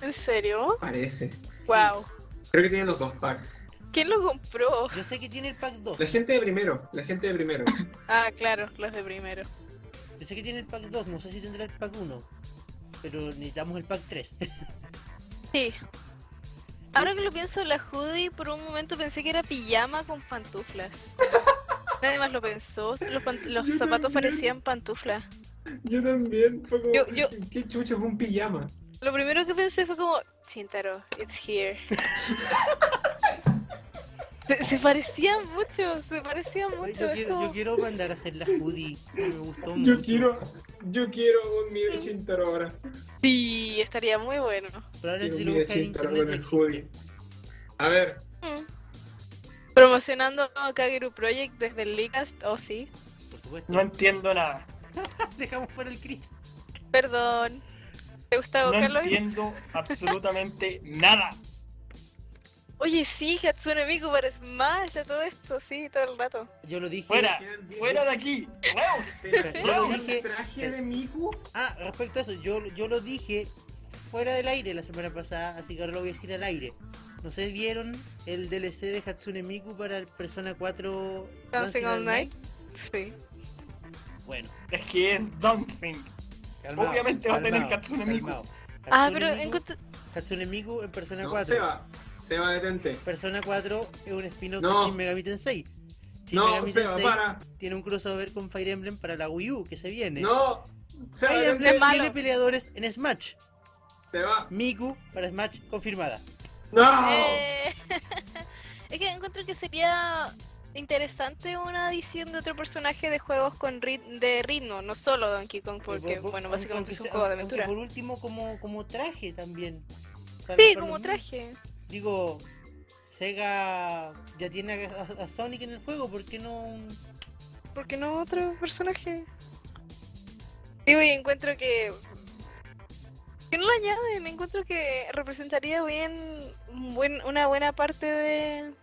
Speaker 5: ¿En serio?
Speaker 3: Parece.
Speaker 5: ¡Wow!
Speaker 3: Creo que tiene los dos packs.
Speaker 5: ¿Quién lo compró?
Speaker 2: Yo sé que tiene el pack 2.
Speaker 3: La gente de primero, la gente de primero.
Speaker 5: Ah, claro, los de primero.
Speaker 2: Yo sé que tiene el pack 2, no sé si tendrá el pack 1. Pero necesitamos el pack 3.
Speaker 5: Sí. Ahora que lo pienso, la hoodie por un momento pensé que era pijama con pantuflas. Nadie más lo pensó. Los, pan- los
Speaker 3: Yo
Speaker 5: zapatos
Speaker 3: también.
Speaker 5: parecían pantuflas.
Speaker 3: Yo también, fue como,
Speaker 5: Yo- yo-
Speaker 3: ¿qué chucho es un pijama?
Speaker 5: Lo primero que pensé fue como, Shintaro, it's here. se, se parecían mucho, se parecían mucho.
Speaker 2: yo,
Speaker 5: es
Speaker 2: quiero,
Speaker 5: como-
Speaker 2: yo quiero mandar a hacer la hoodie. que Me gustó mucho.
Speaker 3: Yo quiero, yo quiero un Mide Chintaro ahora.
Speaker 5: Sí, estaría muy bueno.
Speaker 2: Probablemente si
Speaker 3: Quiero un
Speaker 2: lo
Speaker 3: Mide
Speaker 2: buscan en
Speaker 3: Chintaro con
Speaker 2: internet. no
Speaker 3: el hoodie.
Speaker 2: existe.
Speaker 3: A ver,
Speaker 5: Mm. Promocionando a Kageru Project desde el Leakcast, oh sí.
Speaker 2: Por supuesto.
Speaker 4: No entiendo nada.
Speaker 2: Dejamos fuera el Chris.
Speaker 5: Perdón. ¿Te gusta
Speaker 4: No
Speaker 5: Carlos?
Speaker 4: entiendo absolutamente nada.
Speaker 5: Oye, sí, Hatsune Miku para Smash, a todo esto, sí, todo el rato.
Speaker 2: Yo lo dije.
Speaker 4: Fuera, fuera de aquí. ¡Huevos!
Speaker 3: ¿te
Speaker 2: Yo lo
Speaker 3: imaginas
Speaker 2: dije-
Speaker 3: el traje de Miku?
Speaker 2: Ah, respecto a eso, yo, yo lo dije fuera del aire la semana pasada, así que ahora lo voy a decir al aire. No sé, ¿vieron el DLC de Hatsune Miku para el Persona 4
Speaker 5: Dancing All Night. Sí.
Speaker 2: Bueno,
Speaker 4: Es que es dancing.
Speaker 2: calmado,
Speaker 4: Obviamente va a tener
Speaker 2: calmado,
Speaker 4: Hatsune Miku.
Speaker 2: calmado.
Speaker 5: Ah,
Speaker 2: Hatsune
Speaker 5: pero
Speaker 2: Miku-
Speaker 5: encontré...
Speaker 2: Hatsune Miku en Persona
Speaker 3: No,
Speaker 2: 4.
Speaker 3: Seba, Seba, detente.
Speaker 2: Persona 4 es un spin-off
Speaker 3: No.
Speaker 2: de Shin Megami Tensei. Shin
Speaker 3: No,
Speaker 2: Megami
Speaker 3: Seba,
Speaker 2: Tensei
Speaker 3: para.
Speaker 2: tiene un crossover con Fire Emblem para la Wii U que se viene.
Speaker 3: No,
Speaker 2: Fire
Speaker 3: Seba, detente.
Speaker 2: Emblem
Speaker 5: Es malo.
Speaker 2: tiene peleadores en Smash.
Speaker 3: Seba.
Speaker 2: Miku para Smash confirmada.
Speaker 3: No.
Speaker 5: Eh, es que encuentro que sería interesante una edición de otro personaje de juegos con rit- de ritmo, no solo Donkey Kong, porque,
Speaker 2: Por- por-
Speaker 5: bueno,
Speaker 2: aunque-
Speaker 5: básicamente es un
Speaker 2: aunque
Speaker 5: juego de
Speaker 2: sea- aunque
Speaker 5: aventura.
Speaker 2: Por último, como, como traje también. Para-
Speaker 5: Sí,
Speaker 2: para
Speaker 5: como
Speaker 2: los
Speaker 5: traje.
Speaker 2: niños. Digo, Sega ya tiene a, a- a Sonic en el juego, ¿por qué no un-
Speaker 5: ¿Por qué no otro personaje? Digo, y encuentro que. Que no lo añaden, encuentro que representaría bien un buen, una buena parte de,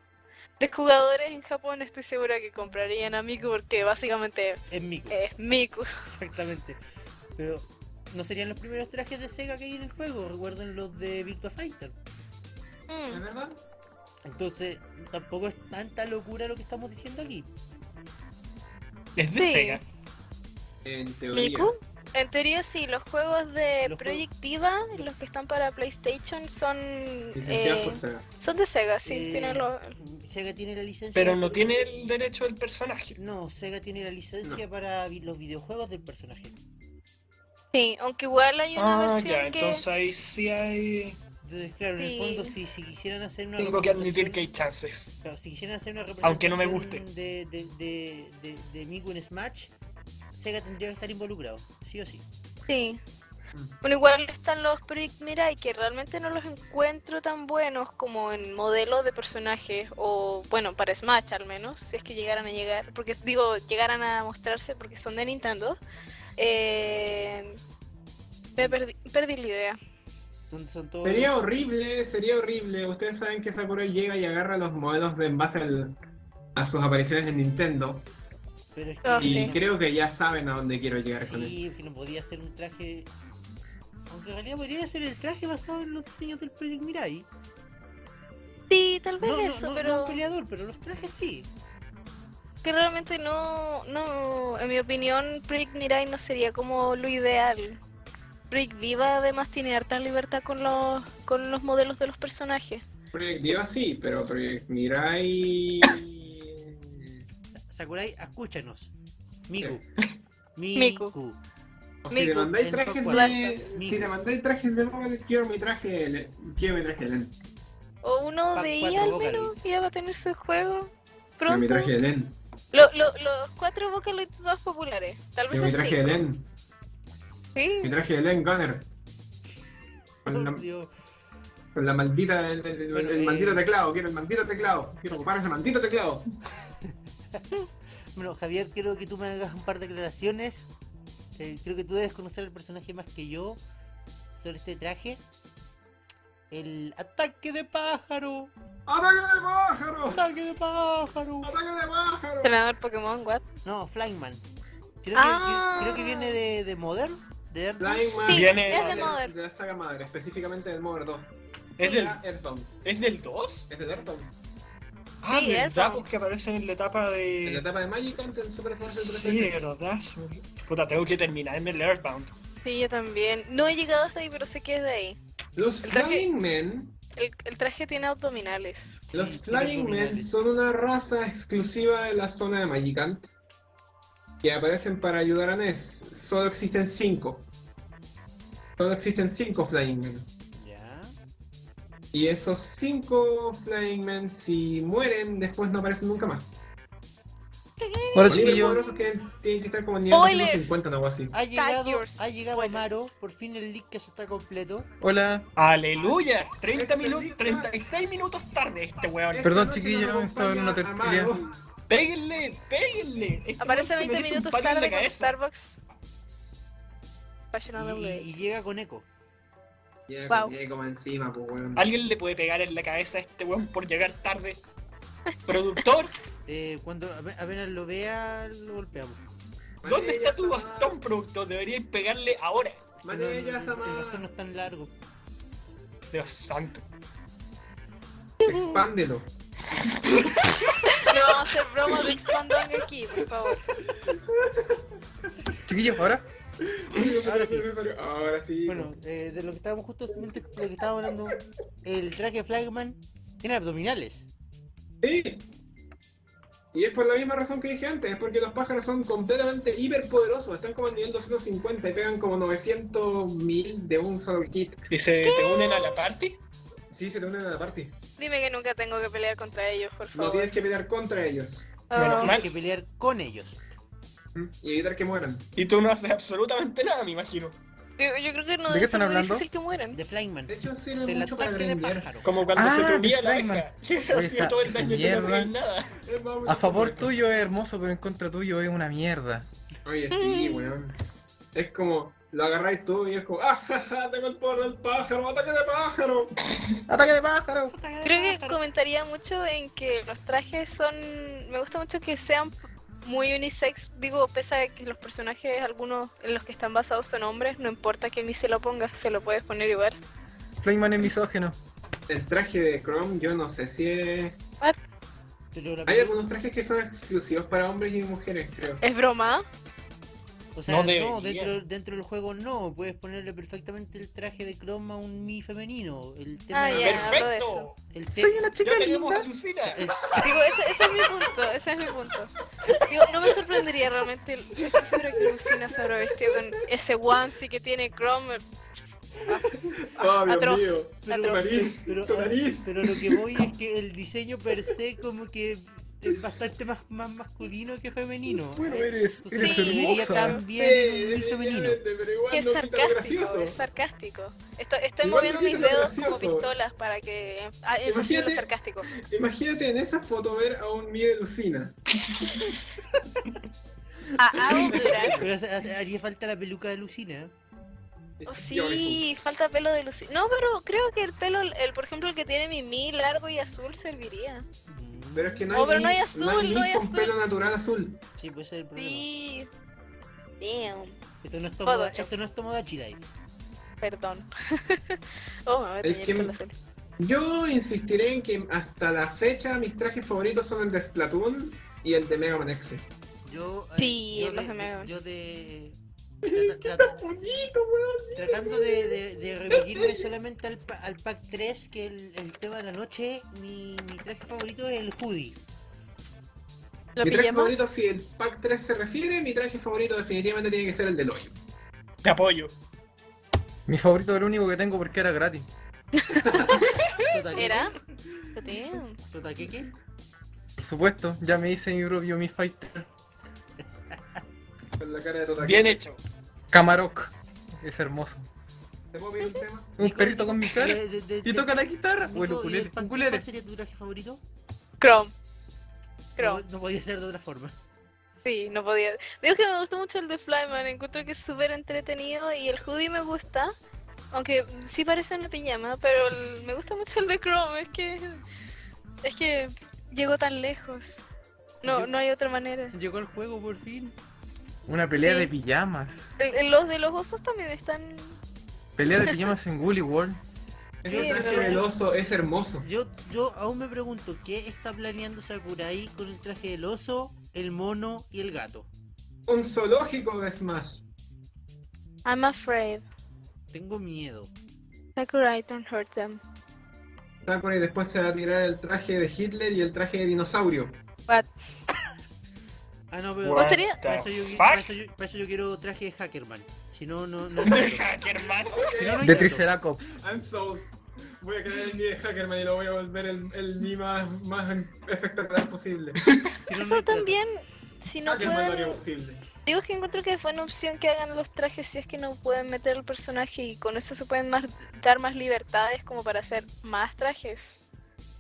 Speaker 5: de jugadores en Japón. Estoy segura que comprarían a Miku porque básicamente
Speaker 2: en Miku?
Speaker 5: es Miku.
Speaker 2: Exactamente. Pero no serían los primeros trajes de Sega que hay en el juego, recuerden los de Virtua Fighter.
Speaker 3: ¿Es
Speaker 5: Mm,
Speaker 3: verdad?
Speaker 2: Entonces, tampoco es tanta locura lo que estamos diciendo aquí.
Speaker 4: Es de
Speaker 5: Sí.
Speaker 4: Sega.
Speaker 3: En teoría.
Speaker 5: ¿Miku? En teoría sí, los juegos de
Speaker 2: Los juegos-
Speaker 5: Proyectiva, los que están para PlayStation, son
Speaker 3: Licenciados
Speaker 5: eh,
Speaker 3: por Sega.
Speaker 5: son de Sega, sí,
Speaker 2: Eh,
Speaker 5: tienen lo-
Speaker 2: Sega tiene la licencia.
Speaker 4: Pero no tiene el derecho del personaje.
Speaker 2: No, Sega tiene la licencia para vi- los videojuegos del personaje.
Speaker 5: Sí, aunque igual hay una
Speaker 4: Ah,
Speaker 5: versión
Speaker 4: ya,
Speaker 5: que...
Speaker 4: entonces ahí sí hay.
Speaker 2: Entonces, claro, en el
Speaker 5: Sí.
Speaker 2: fondo, si, si quisieran hacer una.
Speaker 4: Tengo que admitir
Speaker 2: representación-
Speaker 4: que hay chances.
Speaker 2: Claro, si quisieran hacer una representación
Speaker 4: Aunque no me guste.
Speaker 2: De, de, de, de, de Miku en Smash, Sega tendría que estar involucrado, sí o sí.
Speaker 5: Sí.
Speaker 3: Mm.
Speaker 5: Bueno, igual están los Project Mirai que realmente no los encuentro tan buenos como en modelo de personajes o, bueno, para Smash al menos, si es que llegaran a llegar, porque digo, llegaran a mostrarse porque son de Nintendo. Eh, me perdí, perdí la idea.
Speaker 2: Son, son todos
Speaker 3: Sería horrible, sería horrible. Ustedes saben que Sakura llega y agarra los modelos de en base al- a sus apariciones en Nintendo.
Speaker 2: Pero es
Speaker 5: Ah,
Speaker 2: que,
Speaker 3: Y
Speaker 5: sí.
Speaker 3: creo que ya saben a dónde quiero llegar con él.
Speaker 2: Sí, que no podía hacer un traje. Aunque en realidad podría ser el traje basado en los diseños del Project Mirai.
Speaker 5: Sí, tal
Speaker 2: No,
Speaker 5: vez
Speaker 2: no,
Speaker 5: eso,
Speaker 2: no,
Speaker 5: pero...
Speaker 2: no un peleador, pero los trajes sí.
Speaker 5: que realmente no, no, en mi opinión, Project Mirai no sería como lo ideal. Project Diva además tiene harta libertad con los, con los modelos de los personajes.
Speaker 3: Project Diva sí, pero Project Mirai.
Speaker 2: Sakurai, escúchanos. Miku.
Speaker 5: Miku.
Speaker 2: Miku.
Speaker 3: O si te
Speaker 5: Miku,
Speaker 3: mandáis
Speaker 2: en
Speaker 3: trajes
Speaker 2: Pascual.
Speaker 3: de. Si te mandáis trajes de Marvel, quiero mi traje de. Quiero mi traje de.
Speaker 5: O uno
Speaker 2: Pa-
Speaker 5: de
Speaker 2: cuatro
Speaker 5: IA al
Speaker 2: vocales.
Speaker 5: menos, que ya va a tener su juego. pronto
Speaker 3: mi traje de Len.
Speaker 5: lo- lo- los cuatro Vocaloids más populares. Tal vez
Speaker 3: mi
Speaker 5: los
Speaker 3: traje de
Speaker 5: cinco.
Speaker 3: Len. Mi
Speaker 5: Sí,
Speaker 3: traje de Len Gunner. Con la,
Speaker 2: Por Dios.
Speaker 3: con la maldita, el, el- el-
Speaker 2: Bueno,
Speaker 3: el
Speaker 2: eh.
Speaker 3: maldito teclado, quiero el maldito teclado. Quiero ocupar ese maldito teclado.
Speaker 2: Bueno, Javier, quiero que tú me hagas un par de aclaraciones. Eh, creo que tú debes conocer el personaje más que yo sobre este traje. El ataque de pájaro.
Speaker 3: ¡Ataque de pájaro!
Speaker 2: Ataque de pájaro.
Speaker 3: ¡Ataque de pájaro!
Speaker 5: entrenador Pokémon, what?
Speaker 2: No, Flyman. Creo,
Speaker 5: Ah.
Speaker 2: que, creo que viene de, de Modern. De Earth.
Speaker 3: Lineman
Speaker 5: Sí,
Speaker 4: Viene-
Speaker 5: es de
Speaker 3: de-
Speaker 5: Modern.
Speaker 3: de la saga madre, específicamente del Modern 2.
Speaker 4: ¿Es del,
Speaker 3: Era Earthbound.
Speaker 4: ¿Es del 2?
Speaker 3: Es del Earthbound.
Speaker 4: Ah,
Speaker 5: Sí,
Speaker 4: verdad,
Speaker 5: Earthbound.
Speaker 4: porque aparece en la etapa de.
Speaker 3: En la etapa de Magic antes en Super Smash Bros.
Speaker 4: Sí, de verdad. Puta, tengo que terminar en el Earthbound.
Speaker 5: Sí, yo también. No he llegado hasta ahí, pero sé que es de ahí.
Speaker 3: Los
Speaker 5: El traje-
Speaker 3: Flying Men,
Speaker 5: El, el traje tiene abdominales.
Speaker 2: Sí,
Speaker 3: los
Speaker 2: tiene
Speaker 3: Flying Men
Speaker 2: abdominales.
Speaker 3: son una raza exclusiva de la zona de Magicant que aparecen para ayudar a Ness. Solo existen cinco. Solo existen cinco Flying Men.
Speaker 2: Ya.
Speaker 3: Y esos cinco Flying Men, si mueren, después no aparecen nunca más.
Speaker 6: Bueno,
Speaker 3: Los niveles
Speaker 6: chiquillos,
Speaker 3: poderosos que tienen que estar como en nivel
Speaker 5: Spoilers.
Speaker 3: 250 o algo así.
Speaker 2: Ha llegado,
Speaker 5: Tigers.
Speaker 2: ha llegado
Speaker 5: Buenas.
Speaker 2: Amaro. Por fin el leak que se está completo.
Speaker 6: hola.
Speaker 4: ¡Aleluya! 30
Speaker 3: Ah, Excelente.
Speaker 4: minutos, 36 minutos tarde este weón.
Speaker 6: Perdón,
Speaker 3: Esta noche
Speaker 6: chiquillos,
Speaker 3: nos
Speaker 6: estaba en una
Speaker 3: acompaña
Speaker 6: tertulia.
Speaker 3: Amaro.
Speaker 4: ¡Péguenle! ¡Péguenle! Este
Speaker 5: Aparece
Speaker 4: weón se
Speaker 5: 20
Speaker 4: merece un
Speaker 5: minutos
Speaker 4: patio en
Speaker 5: tarde
Speaker 4: la
Speaker 5: con
Speaker 4: cabeza.
Speaker 5: Starbucks. Fashion on the
Speaker 2: Y,
Speaker 5: way.
Speaker 2: y llega con eco.
Speaker 3: Ya,
Speaker 5: Wow.
Speaker 3: ya, como encima, pues, weón.
Speaker 4: Alguien le puede pegar en la cabeza a este weón por llegar tarde. Productor,
Speaker 2: Eh, cuando ape- apenas lo vea, lo golpeamos.
Speaker 4: ¿dónde está tu
Speaker 3: Maneja,
Speaker 4: bastón, productor? Deberíais pegarle ahora.
Speaker 2: Pero el-
Speaker 3: Maneja,
Speaker 2: el bastón no
Speaker 3: Samar.
Speaker 2: es tan largo.
Speaker 4: Dios santo.
Speaker 3: Expándelo.
Speaker 5: No vamos a hacer broma de Expandong aquí, por favor.
Speaker 6: Chiquillos, ahora.
Speaker 2: Ahora sí.
Speaker 3: Ahora sí.
Speaker 2: Bueno, eh, de lo que estábamos justamente de lo que estábamos hablando, el traje Flagman tiene abdominales.
Speaker 3: Sí. Y es por la misma razón que dije antes, es porque los pájaros son completamente hiperpoderosos, están como en nivel 250 y pegan como 900 mil de un solo kit.
Speaker 4: ¿Y se te unen a la party?
Speaker 3: Sí, se te unen a la party.
Speaker 5: Dime que nunca tengo que pelear contra ellos, por
Speaker 3: No
Speaker 5: favor.
Speaker 3: tienes que pelear contra ellos
Speaker 5: Ah,
Speaker 4: Bueno,
Speaker 2: Tienes que pelear con ellos. Mm.
Speaker 3: ¿m? y evitar que mueran.
Speaker 4: Y tú no haces absolutamente nada, me imagino.
Speaker 5: yo, yo creo que no
Speaker 6: ¿De
Speaker 5: es
Speaker 6: qué están
Speaker 5: muy
Speaker 6: hablando?
Speaker 5: difícil que mueran.
Speaker 2: De Flagman.
Speaker 3: De hecho, sirve
Speaker 2: Del
Speaker 3: mucho para
Speaker 2: ataque de
Speaker 3: grindear.
Speaker 2: pájaro.
Speaker 4: Como cuando
Speaker 6: Ah,
Speaker 4: se te unía
Speaker 6: Big
Speaker 4: la
Speaker 6: Bang Man.
Speaker 4: abeja. Que
Speaker 6: Oye,
Speaker 4: hacía
Speaker 6: esa-
Speaker 4: todo el
Speaker 6: esa
Speaker 4: daño que no
Speaker 6: mierda.
Speaker 4: hacías nada.
Speaker 3: Es más,
Speaker 6: A favor
Speaker 3: porque-
Speaker 6: tuyo es hermoso, pero en contra tuyo es una mierda.
Speaker 3: Oye, sí, weón. Es como, lo agarráis tú y es como, ¡ah, ja, ja, tengo el poder del pájaro! ¡Ataque de pájaro!
Speaker 6: ¡Ataque de pájaro!
Speaker 5: Creo que comentaría mucho en que los trajes son. Me gusta mucho que sean muy unisex. Digo, pese a que los personajes, algunos en los que están basados son hombres, no importa que ni se lo pongas, se lo puedes poner igual.
Speaker 6: Flayman es misógeno.
Speaker 3: El traje de Chrome, yo no sé si es...
Speaker 2: Pero la
Speaker 3: Hay
Speaker 2: peli-
Speaker 3: algunos trajes que son exclusivos para hombres y mujeres, creo.
Speaker 5: ¿Es broma?
Speaker 2: O sea,
Speaker 4: No
Speaker 2: no,
Speaker 4: debería.
Speaker 2: dentro, dentro del juego no. Puedes ponerle perfectamente el traje de croma a un mi femenino. El tema
Speaker 5: Ah,
Speaker 2: de-
Speaker 5: ya. hablo de
Speaker 4: ¡Perfecto!
Speaker 2: el te-
Speaker 6: ¡Soy una chica
Speaker 4: Ya tenemos a
Speaker 6: linda!
Speaker 4: Lucina.
Speaker 2: el-
Speaker 5: Digo, ese, ese es mi punto, ese es mi punto. Digo, no me sorprendería realmente. el- Estoy segura que Lucina se habrá vestido con ese onesie que tiene Cromer.
Speaker 3: ¡Oh, Dios
Speaker 5: Atroz,
Speaker 3: mío!
Speaker 5: atroz.
Speaker 3: ¡Tu nariz!
Speaker 2: pero,
Speaker 3: ¡Tu nariz!
Speaker 2: pero lo que voy es que el diseño per se como que es bastante más, más masculino que femenino.
Speaker 6: Bueno, eres,
Speaker 2: Entonces,
Speaker 6: eres
Speaker 5: Sí,
Speaker 2: debería
Speaker 6: hermosa.
Speaker 3: Pues, Sí,
Speaker 2: también en un mi femenino.
Speaker 3: definitivamente, pero
Speaker 5: Que
Speaker 3: igual
Speaker 5: es
Speaker 3: no quita lo gracioso.
Speaker 5: sarcástico, es sarcástico. Estoy, estoy
Speaker 3: Igual
Speaker 5: moviendo
Speaker 3: no
Speaker 5: mis
Speaker 3: quita lo
Speaker 5: dedos como
Speaker 3: gracioso.
Speaker 5: pistolas para que ah, enfoque lo
Speaker 3: Imagínate-
Speaker 5: sarcástico.
Speaker 3: Imagínate en esa foto ver a un Mie de Lucina.
Speaker 5: A Audra.
Speaker 2: Pero hace- hace- haría falta la peluca de Lucina. ¿eh?
Speaker 5: Oh, sí, falta pelo de Lucina. No, pero creo que el pelo, el por ejemplo, el que tiene Mimi largo y azul serviría.
Speaker 2: Mm,
Speaker 3: Pero es que no hay,
Speaker 5: Oh, pero no
Speaker 3: Mii-
Speaker 5: hay azul,
Speaker 3: Mii
Speaker 5: no hay
Speaker 3: con
Speaker 5: azul.
Speaker 3: pelo natural azul.
Speaker 2: Sí, puede ser el problema.
Speaker 5: Sí. Damn.
Speaker 2: Esto no es Tomoda-
Speaker 5: Photoshop.
Speaker 2: esto no es Tomodachi Live.
Speaker 5: Perdón. oh, me voy a
Speaker 3: Es
Speaker 5: teñir
Speaker 3: que-
Speaker 5: con la azul.
Speaker 3: Yo insistiré en que hasta la fecha mis trajes favoritos son el de Splatoon y el de Mega Man X.
Speaker 2: Yo, eh,
Speaker 5: Sí,
Speaker 2: yo
Speaker 5: el
Speaker 2: de,
Speaker 5: Rosa Megan.
Speaker 2: yo de- trata- trata-
Speaker 3: bonito, weón!
Speaker 2: tratando de, de, de remitirme solamente al, pa- al pack 3, que el, el tema de la noche, mi, mi traje favorito es el hoodie.
Speaker 5: ¿Lo
Speaker 3: Mi traje
Speaker 5: pillamos?
Speaker 3: favorito, si el pack 3 se refiere, mi traje favorito definitivamente tiene que ser el del hoyo.
Speaker 4: Te apoyo.
Speaker 6: Mi favorito es el único que tengo porque era gratis.
Speaker 2: Total,
Speaker 5: ¿Era? Damn.
Speaker 2: Total, ¿qué, qué?
Speaker 6: Es supuesto, ya me hice mi propio Mi Fighter.
Speaker 3: Con la cara de Totaki.
Speaker 4: Bien hecho.
Speaker 6: Kamarok. Es hermoso.
Speaker 3: ¿Te puedo pedir un tema?
Speaker 6: Un
Speaker 2: Nico,
Speaker 6: perrito con mi cara.
Speaker 2: de- de- de-
Speaker 6: Y toca la guitarra.
Speaker 2: Nico,
Speaker 6: Bueno,
Speaker 2: ¿y
Speaker 6: ukulele.
Speaker 2: el pan-
Speaker 6: Ukulele.
Speaker 2: ¿Cuál sería tu traje favorito?
Speaker 5: Chrome.
Speaker 2: No,
Speaker 5: Chrome,
Speaker 2: no podía ser de otra forma.
Speaker 5: sí, no podía. Digo que me gustó mucho el de Flyman, encuentro que es súper entretenido y el hoodie me gusta. Aunque sí parece una pijama, pero el- me gusta mucho el de Chrome, es que. Es que llegó tan lejos. No,
Speaker 2: Yo-
Speaker 5: no hay otra manera.
Speaker 2: Llegó el juego por fin.
Speaker 6: Una pelea
Speaker 5: Sí.
Speaker 6: de pijamas.
Speaker 5: El- el- los de los osos también están.
Speaker 6: Pelea de pijamas en Gully World.
Speaker 3: Ese
Speaker 5: Sí,
Speaker 3: traje
Speaker 5: pero-
Speaker 3: del oso es hermoso.
Speaker 2: Yo, yo aún me pregunto qué está planeando Sakurai con el traje del oso, el mono y el gato.
Speaker 3: Un zoológico de Smash.
Speaker 5: I'm afraid.
Speaker 2: Tengo miedo.
Speaker 5: Sakurai, don't hurt them.
Speaker 3: Sakura y después se va a tirar el traje de Hitler y el traje de dinosaurio.
Speaker 5: What?
Speaker 2: Ah, no, pero
Speaker 5: What? gustaría-
Speaker 4: What the
Speaker 2: para, eso yo,
Speaker 4: fuck?
Speaker 2: para eso yo- para eso yo quiero traje de Hackerman. Si no, no, no.
Speaker 4: De hacker, man.
Speaker 2: si no, no
Speaker 6: De
Speaker 2: intento.
Speaker 6: Triceratops.
Speaker 3: I'm sold. Voy a crear el mi de Hackerman y lo voy a volver el, el mi más, más espectacular posible.
Speaker 2: Si no, Ah, no
Speaker 5: Eso
Speaker 2: intento.
Speaker 5: también, si no
Speaker 3: Hackerman lo
Speaker 5: pueden.
Speaker 3: haría posible.
Speaker 5: Digo que encuentro que es buena opción que hagan los trajes si es que no pueden meter el personaje y con eso se pueden más, dar más libertades como para hacer más trajes.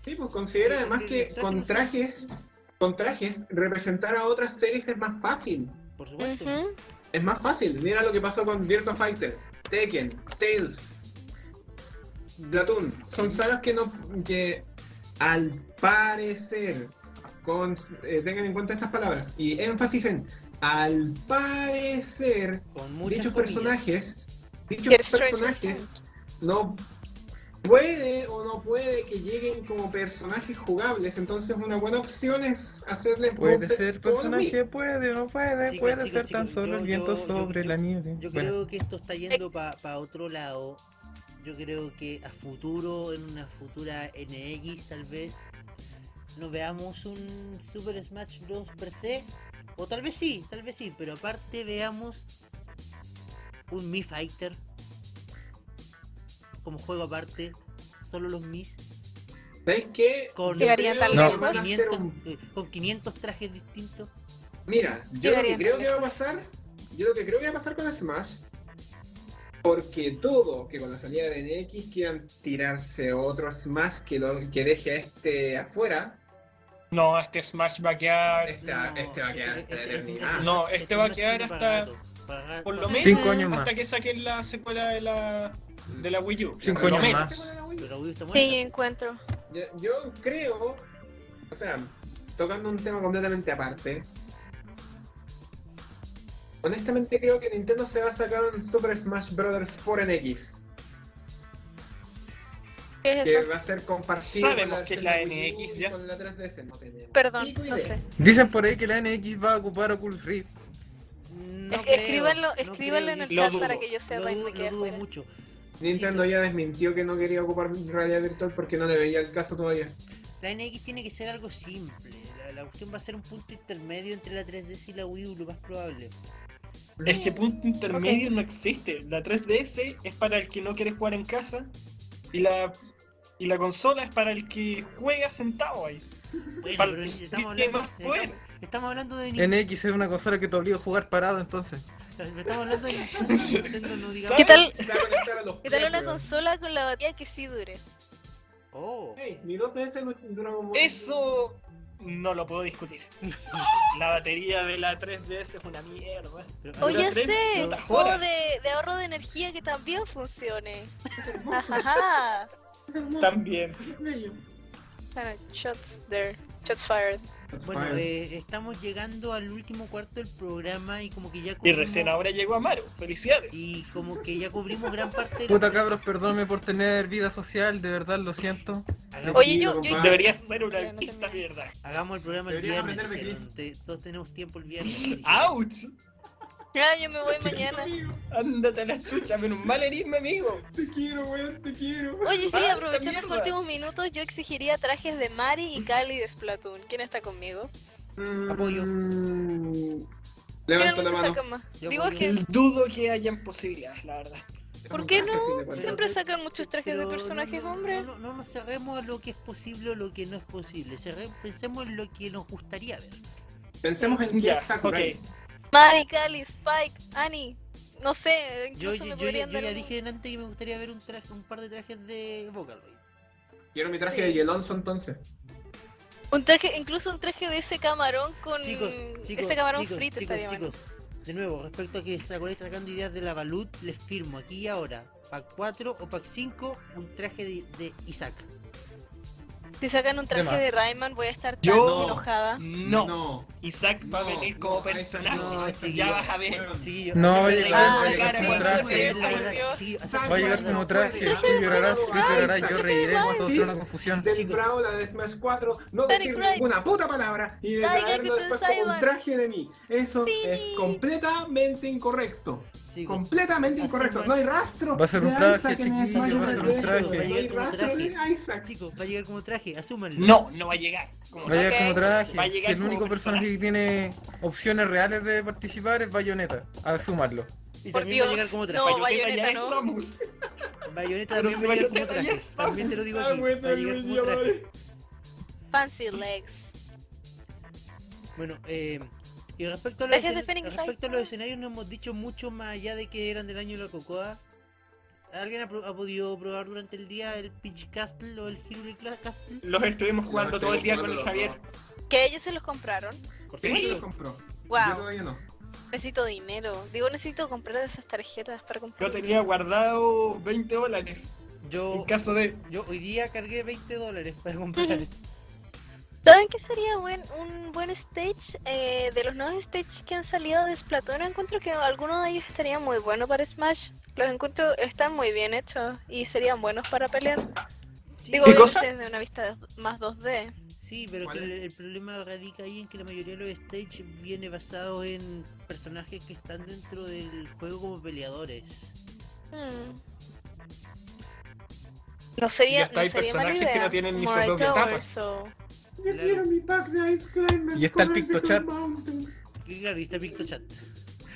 Speaker 3: Sí, pues considera
Speaker 2: Sí,
Speaker 3: además
Speaker 2: sí,
Speaker 3: que
Speaker 2: los trajes
Speaker 3: con
Speaker 2: no son-
Speaker 3: trajes, con trajes, representar a otras series es más fácil.
Speaker 2: Por supuesto.
Speaker 5: Ujú.
Speaker 3: Es más fácil. Mira lo que pasó con Virtua Fighter, Tekken, Tails, Platoon. Son sagas que no que al parecer con- eh, tengan en cuenta estas palabras y énfasis en al parecer
Speaker 2: Con
Speaker 3: dichos
Speaker 2: muchos personajes.
Speaker 3: personajes, dichos
Speaker 5: Get straight to the
Speaker 3: personajes no puede o no puede que lleguen como personajes jugables, entonces una buena opción es hacerle
Speaker 6: Puede
Speaker 3: voces
Speaker 6: ser
Speaker 3: como la Wii.
Speaker 6: personaje, puede, no puede,
Speaker 2: Chicos,
Speaker 6: puede
Speaker 2: chicos,
Speaker 6: ser tan
Speaker 2: chicos,
Speaker 6: solo
Speaker 2: yo-
Speaker 6: el viento
Speaker 2: yo- yo-
Speaker 6: sobre
Speaker 2: yo-
Speaker 6: la nieve.
Speaker 2: Yo
Speaker 6: Bueno,
Speaker 2: creo que esto está yendo para otro lado. Yo creo que a futuro, en una futura NX tal vez, no veamos un Super Smash Bros. per se. O tal vez sí, tal vez sí, pero aparte veamos un Mi Fighter como juego aparte, solo los Mis,
Speaker 3: ¿Sabes qué?
Speaker 2: con,
Speaker 3: Yo
Speaker 5: Llegarían
Speaker 3: creo
Speaker 5: tan
Speaker 3: que
Speaker 5: lejos.
Speaker 3: van a hacer
Speaker 2: 500,
Speaker 3: un-
Speaker 2: eh, con 500 trajes distintos.
Speaker 3: Mira, yo lo que
Speaker 5: Llegarían
Speaker 3: creo
Speaker 5: tan
Speaker 3: que va a pasar, yo lo que creo que va a pasar con Smash, porque todo que con la salida de NX quieran tirarse otro Smash que, lo, que deje a este afuera,
Speaker 4: No, este Smash va a quedar
Speaker 3: este, va- este va a quedar hasta la eternidad.
Speaker 4: No, este va a quedar
Speaker 2: sirve
Speaker 4: hasta-
Speaker 2: para rato, para-
Speaker 4: por lo
Speaker 2: para-
Speaker 4: menos
Speaker 6: Cinco años más.
Speaker 4: hasta que saquen la secuela de la, de la Wii U.
Speaker 6: Cinco
Speaker 4: Por lo
Speaker 6: años
Speaker 4: menos.
Speaker 6: más.
Speaker 3: este
Speaker 2: Pero Wii está
Speaker 5: Sí,
Speaker 2: muerta.
Speaker 5: encuentro.
Speaker 3: Yo, yo creo, o sea, tocando un tema completamente aparte, honestamente creo que Nintendo se va a sacar un Super Smash Bros. 4NX,
Speaker 5: ¿Qué es
Speaker 3: que
Speaker 5: eso?
Speaker 3: va a ser compartido
Speaker 4: Sabemos que es la
Speaker 3: versión de Wii U
Speaker 4: NX
Speaker 3: y
Speaker 4: ya.
Speaker 3: con la 3DS. No tenemos
Speaker 5: Perdón,
Speaker 3: pico
Speaker 5: no
Speaker 3: idea.
Speaker 5: sé.
Speaker 6: Dicen por ahí que la NX va a ocupar Oculus Rift.
Speaker 2: No
Speaker 5: Es-
Speaker 2: creo,
Speaker 5: escríbanlo-
Speaker 2: no creo,
Speaker 5: escríbanlo en
Speaker 2: yo
Speaker 5: el
Speaker 2: sí
Speaker 4: chat
Speaker 2: dudo.
Speaker 4: para
Speaker 5: que yo sepa
Speaker 2: Lo
Speaker 5: y me
Speaker 2: dudo,
Speaker 5: quede
Speaker 2: lo dudo
Speaker 5: fuera.
Speaker 2: mucho.
Speaker 3: Nintendo
Speaker 2: Sí,
Speaker 3: ya desmintió que no quería ocupar realidad virtual porque no le veía el caso todavía.
Speaker 2: La NX tiene que ser algo simple. La, la cuestión va a ser un punto intermedio entre la 3DS y la Wii U, lo más probable.
Speaker 4: Es que punto intermedio no existe. La 3DS es para el que no quiere jugar en casa y la, y la consola es para el que juega sentado ahí.
Speaker 2: Bueno,
Speaker 4: Pal-
Speaker 2: pero estamos
Speaker 4: ¿Qué
Speaker 2: hablando,
Speaker 4: más puede?
Speaker 2: estamos, estamos hablando de Nintendo.
Speaker 6: NX es una consola que te obliga a jugar parado, entonces.
Speaker 2: Estamos hablando de Nintendo, no digamos.
Speaker 5: ¿Qué tal,
Speaker 3: Se va a conectar a los
Speaker 5: ¿Qué tal
Speaker 3: pies,
Speaker 5: una
Speaker 3: weón.
Speaker 5: consola con la batería que sí dure?
Speaker 2: Oh,
Speaker 3: Ey, ni dos veces no dura como-
Speaker 4: Eso no lo puedo discutir. La batería de la 3DS es una mierda.
Speaker 2: pero- eh,
Speaker 5: Oye,
Speaker 4: tres
Speaker 5: sé,
Speaker 4: putas
Speaker 5: o
Speaker 4: horas.
Speaker 5: de, de ahorro de energía que también funcione. Ajá.
Speaker 4: También.
Speaker 5: Bueno, Shots there. Shots fired.
Speaker 2: Bueno, eh, estamos llegando al último cuarto del programa y como que ya
Speaker 4: Y
Speaker 2: cubrimos-
Speaker 4: recién ahora llegó Amaro. Felicidades.
Speaker 2: y como que ya cubrimos gran parte de
Speaker 6: Puta cabros, perdónme por tener vida social, de verdad lo siento.
Speaker 2: Hagamos-
Speaker 5: Oye,
Speaker 3: Tranquilo,
Speaker 5: yo- yo hice-
Speaker 3: compadre.
Speaker 4: Deberías ser una
Speaker 5: Ah. No, no
Speaker 4: artista
Speaker 5: terminé.
Speaker 4: mierda.
Speaker 2: Hagamos el programa el
Speaker 3: Deberías
Speaker 2: viernes.
Speaker 3: aprender de
Speaker 2: dijeron. Te- todos tenemos tiempo el
Speaker 4: Ah,
Speaker 2: viernes. así que-
Speaker 4: ¡Auch!
Speaker 5: Ya, yo me voy mañana.
Speaker 4: Ándate a la chucha, menos mal herís, mi amigo.
Speaker 3: Te quiero, weón, te quiero.
Speaker 5: Oye, sí,
Speaker 4: Ah,
Speaker 5: aprovechando
Speaker 4: mierda.
Speaker 5: estos últimos minutos, yo exigiría trajes de Mari y Cali de Splatoon. ¿Quién está conmigo?
Speaker 3: Mm,
Speaker 2: Apoyo.
Speaker 3: mm,
Speaker 5: ¿Quién
Speaker 3: Levanto la
Speaker 5: no
Speaker 3: mano.
Speaker 5: saca más?
Speaker 2: Yo
Speaker 5: Digo
Speaker 2: voy
Speaker 5: es que
Speaker 4: Dudo que hayan posibilidades, la verdad.
Speaker 5: ¿Por qué no?
Speaker 2: Sí.
Speaker 5: Siempre sacan muchos trajes de
Speaker 2: Pero
Speaker 5: personajes
Speaker 2: no, no,
Speaker 5: hombres.
Speaker 2: No, no, no nos cerremos a lo que es posible o lo que no es posible. Cerre- pensemos en lo que nos gustaría ver.
Speaker 3: Pensemos en
Speaker 4: Ya,
Speaker 3: Jack Sakurai.
Speaker 4: ok.
Speaker 5: Mari, Cali, Spike, Annie. No sé,
Speaker 2: Yo,
Speaker 5: incluso
Speaker 2: yo, yo
Speaker 5: me
Speaker 2: ya,
Speaker 5: podrían
Speaker 2: yo
Speaker 5: dar
Speaker 2: ya
Speaker 5: un-
Speaker 2: dije delante que me gustaría ver un traje, un par de trajes de Vocaloid.
Speaker 3: Quiero mi traje de Yelonzo entonces.
Speaker 5: un traje, incluso un traje de ese camarón con
Speaker 2: Chicos, chicos,
Speaker 5: ese Mm, este camarón
Speaker 2: chicos,
Speaker 5: frito
Speaker 2: chicos,
Speaker 5: estaría bueno.
Speaker 2: chicos. De nuevo, respecto a que Sakurai está sacando ideas de la Balut, les firmo aquí y ahora, pack 4 o pack 5, un traje de, de Isaac.
Speaker 5: Si sacan un traje
Speaker 6: Emma.
Speaker 5: de Rayman voy a estar tan
Speaker 4: Yo-
Speaker 3: No.
Speaker 5: enojada.
Speaker 4: No.
Speaker 3: No.
Speaker 4: Isaac va a
Speaker 3: No,
Speaker 4: venir
Speaker 3: no,
Speaker 4: como
Speaker 3: ahí está,
Speaker 4: personaje.
Speaker 2: no,
Speaker 4: ya
Speaker 2: chiquillo.
Speaker 4: vas a ver.
Speaker 3: Bueno,
Speaker 2: Chiquillo,
Speaker 6: No,
Speaker 2: Isaac
Speaker 6: va a
Speaker 2: de-
Speaker 6: llegar-
Speaker 5: va a llegar
Speaker 2: Isaac
Speaker 5: como
Speaker 2: de-
Speaker 5: traje.
Speaker 2: Isaac de-
Speaker 5: Por
Speaker 2: Isaac de-
Speaker 5: Dios.
Speaker 2: chiquillo, Isaac
Speaker 3: Va
Speaker 6: Va a
Speaker 2: de-
Speaker 6: llegar como
Speaker 3: No,
Speaker 6: traje,
Speaker 3: puede.
Speaker 6: tú llorarás, yo
Speaker 3: Ay,
Speaker 6: llorará, yo
Speaker 5: Sakurai.
Speaker 6: reiré, vamos a hacer una
Speaker 3: Sí.
Speaker 6: confusión.
Speaker 3: Del
Speaker 2: Chicos.
Speaker 3: Brawla de Smash 4, no
Speaker 5: Sonic
Speaker 3: decir
Speaker 5: Pride.
Speaker 3: ninguna puta palabra y de
Speaker 5: Ay,
Speaker 3: traerlo
Speaker 5: Gekuten
Speaker 3: después como un
Speaker 5: este Saiban.
Speaker 3: traje de mí. Eso
Speaker 5: Sí.
Speaker 3: es completamente incorrecto.
Speaker 2: Chicos,
Speaker 3: Completamente
Speaker 2: Va a ser
Speaker 3: incorrecto.
Speaker 2: un-
Speaker 3: No hay rastro.
Speaker 6: va a ser un
Speaker 3: de
Speaker 6: traje,
Speaker 3: Isaac en el
Speaker 6: chiquillos,
Speaker 3: Smash
Speaker 2: va a ser un
Speaker 3: Bros.
Speaker 2: traje,
Speaker 3: No
Speaker 2: va a
Speaker 3: hay
Speaker 2: llegar como
Speaker 3: rastro de
Speaker 2: traje.
Speaker 3: Isaac.
Speaker 2: chicos, va a llegar como traje, asúmanlo.
Speaker 4: No, no va a llegar. Como
Speaker 6: Va a llegar
Speaker 5: Ok.
Speaker 6: como traje.
Speaker 4: Va a llegar
Speaker 6: si el
Speaker 4: como
Speaker 6: único personaje que tiene opciones reales de participar es Bayonetta. Asumarlo.
Speaker 2: Y
Speaker 5: Por
Speaker 2: también va a
Speaker 5: Dios,
Speaker 2: llegar como
Speaker 5: no.
Speaker 2: traje.
Speaker 4: Bayonetta
Speaker 5: Bayonetta
Speaker 4: ya es
Speaker 5: no.
Speaker 4: Samus.
Speaker 2: Bayonetta
Speaker 4: Pero
Speaker 2: también
Speaker 4: si
Speaker 2: va a llegar como
Speaker 4: Bayonetta ya
Speaker 2: traje.
Speaker 4: es
Speaker 2: También te lo digo
Speaker 3: Ah,
Speaker 2: aquí.
Speaker 3: bueno,
Speaker 2: Va a llegar
Speaker 3: Luis,
Speaker 2: como
Speaker 3: ya
Speaker 2: traje.
Speaker 3: vale.
Speaker 5: Fancy legs.
Speaker 2: Bueno, eh, y respecto a, los
Speaker 5: Trajes de
Speaker 2: escena-
Speaker 5: Phoenix Wright.
Speaker 2: respecto a los escenarios, no hemos dicho mucho más allá de que eran del año de la Cocoa. ¿Alguien ha, pro- ha podido probar durante el día el Peach Castle o el Hyrule Cla- Castle?
Speaker 4: Los estuvimos jugando
Speaker 3: No,
Speaker 4: todo el día con
Speaker 3: estoy
Speaker 4: el
Speaker 3: jugando
Speaker 4: Javier.
Speaker 3: los
Speaker 5: Que ellos se los compraron.
Speaker 2: Por
Speaker 3: dos.
Speaker 4: Sí.
Speaker 3: Yo
Speaker 2: supuesto.
Speaker 3: los compro. Yo
Speaker 5: Wow,
Speaker 3: todavía no.
Speaker 5: necesito dinero. Digo, necesito comprar esas tarjetas para comprar.
Speaker 4: Yo tenía guardado 20 dólares. En
Speaker 2: Yo,
Speaker 4: caso de.
Speaker 2: yo hoy día cargué 20 dólares para comprar.
Speaker 5: ¿Saben qué sería buen, un buen stage? Eh, de los nuevos stage que han salido de Splatoon, encuentro que alguno de ellos estaría muy bueno para Smash. Los encuentro, están muy bien hechos y serían buenos para pelear.
Speaker 2: Sí,
Speaker 5: Digo,
Speaker 4: ¿Y cosa?
Speaker 5: obviamente desde una vista más 2D.
Speaker 2: sí, pero que
Speaker 3: ¿Cuál?
Speaker 2: el, el problema radica ahí en que la mayoría de los stage viene basado en personajes que están dentro del juego como peleadores.
Speaker 5: Hmm. No sería,
Speaker 4: Ya está,
Speaker 5: no
Speaker 4: hay
Speaker 5: sería mala
Speaker 4: personajes que
Speaker 5: idea.
Speaker 4: no tienen ni su
Speaker 5: Moray
Speaker 4: propia
Speaker 5: Towers o-
Speaker 3: Yo
Speaker 2: Claro.
Speaker 3: quiero mi pack de Ice Climbers.
Speaker 6: Y está el
Speaker 3: con Ice
Speaker 6: Pictochat.
Speaker 3: Climbers Mountain.
Speaker 2: Y claro, y está PictoChat.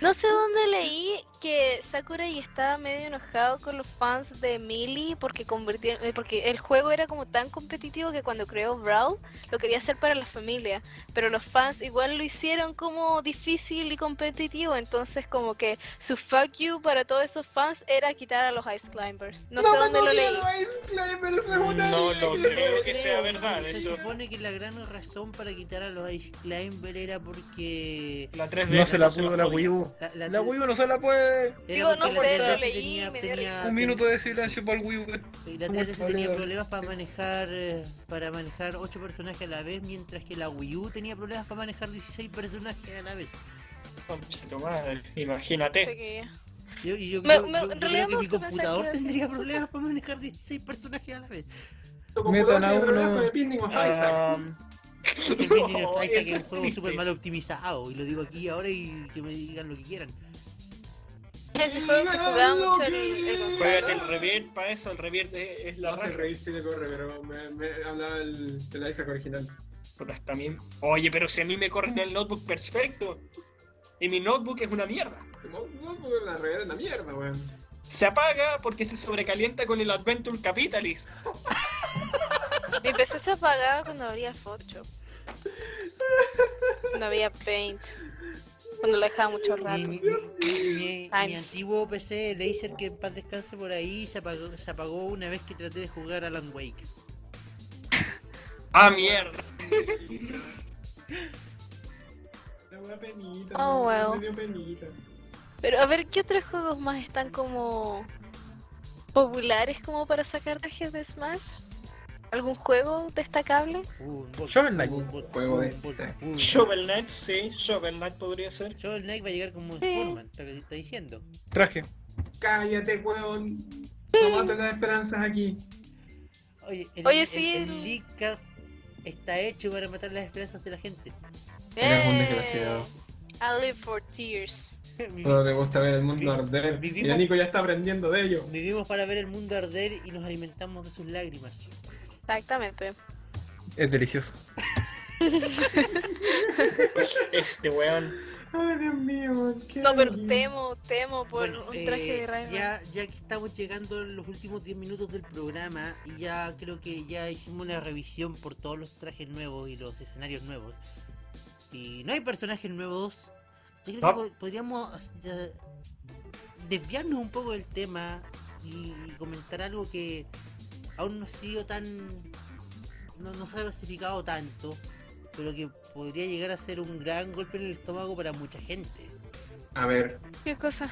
Speaker 5: No sé dónde leí que Sakurai estaba medio enojado con los fans de Melee porque convirtieron, eh, porque el juego era como tan competitivo que cuando creó Brawl lo quería hacer para la familia, pero los fans igual lo hicieron como difícil y competitivo, entonces como que su fuck you para todos esos fans era quitar a los Ice Climbers. No, sé
Speaker 3: me
Speaker 5: dónde lo
Speaker 3: comí a
Speaker 5: leí.
Speaker 3: los Ice Climbers, es una
Speaker 4: No lo
Speaker 3: mierda.
Speaker 4: creo que sea
Speaker 2: creo,
Speaker 4: verdad.
Speaker 2: Se
Speaker 4: Eso.
Speaker 2: supone que la gran razón para quitar a los Ice Climber era porque.
Speaker 4: La 3D.
Speaker 6: No se la
Speaker 4: entonces
Speaker 6: pudo
Speaker 4: los
Speaker 6: la
Speaker 4: odio.
Speaker 6: Wii U.
Speaker 2: La, la-
Speaker 6: La Wii U no se la puede.
Speaker 2: era
Speaker 5: Digo, no
Speaker 2: porque la
Speaker 5: sé, lo
Speaker 2: 3DS
Speaker 5: leí,
Speaker 2: tenía-
Speaker 5: me dio
Speaker 2: tenía-
Speaker 6: Un minuto de silencio para el Wii U.
Speaker 2: La 3DS tenía problemas para manejar eh, para manejar 8 personajes a la vez, mientras que la Wii U tenía problemas para manejar 16 personajes a la vez.
Speaker 4: Concha tu madre, Imagínate.
Speaker 5: Porque-
Speaker 2: Yo, y yo
Speaker 5: Me-
Speaker 2: creo,
Speaker 5: me-
Speaker 2: yo- yo
Speaker 5: en realidad
Speaker 2: creo que
Speaker 5: me
Speaker 2: mi
Speaker 5: gusta pensar que
Speaker 2: computador
Speaker 5: iba a decir
Speaker 2: tendría
Speaker 5: eso.
Speaker 2: problemas para manejar 16 personajes a la vez.
Speaker 3: Tu computador
Speaker 6: Metan a
Speaker 3: tiene problemas
Speaker 6: uno.
Speaker 3: con el Binding of Isaac.
Speaker 4: Ah,
Speaker 2: Porque el Binding of
Speaker 4: Oh,
Speaker 2: Isaac es un
Speaker 4: eso es
Speaker 2: juego
Speaker 4: triste.
Speaker 2: súper mal optimizado, y lo digo aquí ahora y que me digan lo que quieran.
Speaker 5: Ese juego que jugaba mucho el, el Gonzalo.
Speaker 4: Juegate el revier para eso, el revier de- es la
Speaker 3: No sé
Speaker 4: raja.
Speaker 3: reír si le corre, pero me, me hablaba el, del Isaac original.
Speaker 4: Puta, también. Oye, pero si a mí me corren el notebook perfecto. Y mi notebook es una mierda.
Speaker 3: No, no, porque la realidad es una mierda, weón.
Speaker 4: Se apaga porque se sobrecalienta con el Adventure Capitalist.
Speaker 5: Mi PC se apagaba cuando abría Photoshop. No había Paint. Cuando lo dejaba mucho
Speaker 2: Mi,
Speaker 5: rato.
Speaker 2: mi- mi- mi- mi
Speaker 5: Times.
Speaker 2: antiguo PC Laser que en paz descanse por ahí se apagó, se apagó una vez que traté de jugar Alan Wake.
Speaker 4: Ah, mierda.
Speaker 3: Era una penita.
Speaker 5: Oh,
Speaker 3: weón,
Speaker 5: wow.
Speaker 3: Me dio penita.
Speaker 5: Pero a ver, ¿qué otros juegos más están como populares como para sacar trajes de Smash? ¿Algún juego destacable?
Speaker 2: Uh, un bot,
Speaker 6: Shovel Knight.
Speaker 2: un bot,
Speaker 3: Juego este. de-
Speaker 2: un bot, un bot.
Speaker 4: Shovel Knight, sí. Shovel Knight podría ser.
Speaker 2: Shovel Knight va a llegar como un
Speaker 5: Sí.
Speaker 2: Sportman, lo que te está diciendo.
Speaker 6: Traje.
Speaker 3: Cállate, weón. No mates las esperanzas aquí.
Speaker 2: Oye, el,
Speaker 5: Oye,
Speaker 2: el-
Speaker 5: sí,
Speaker 2: el
Speaker 5: el-
Speaker 2: Leakcast está hecho para matar las esperanzas de la gente.
Speaker 3: Eres un
Speaker 5: ¡Eh!
Speaker 3: desgraciado.
Speaker 5: I live for tears.
Speaker 3: Solo te gusta ver el mundo
Speaker 2: Vi-
Speaker 3: arder. Y
Speaker 2: vivimos-
Speaker 3: la Nico ya está aprendiendo de ello.
Speaker 2: Vivimos para ver el mundo arder y nos alimentamos de sus lágrimas. Mm.
Speaker 5: Exactamente.
Speaker 6: Es delicioso.
Speaker 4: Este weón.
Speaker 3: Ay, Dios mío, qué.
Speaker 5: No, pero
Speaker 3: alegría.
Speaker 5: temo, temo por
Speaker 2: Bueno,
Speaker 5: un traje
Speaker 2: eh,
Speaker 5: de Rayman.
Speaker 2: Ya, ya que estamos llegando en los últimos 10 minutos del programa y ya creo que ya hicimos una revisión por todos los trajes nuevos y los escenarios nuevos. Y no hay personajes nuevos. Yo creo
Speaker 4: No.
Speaker 2: que po- podríamos eh, desviarnos un poco del tema y, comentar algo que aún no ha sido tan. No, no se ha clasificado tanto, pero que podría llegar a ser un gran golpe en el estómago para mucha gente.
Speaker 3: A ver,
Speaker 5: ¿Qué cosa?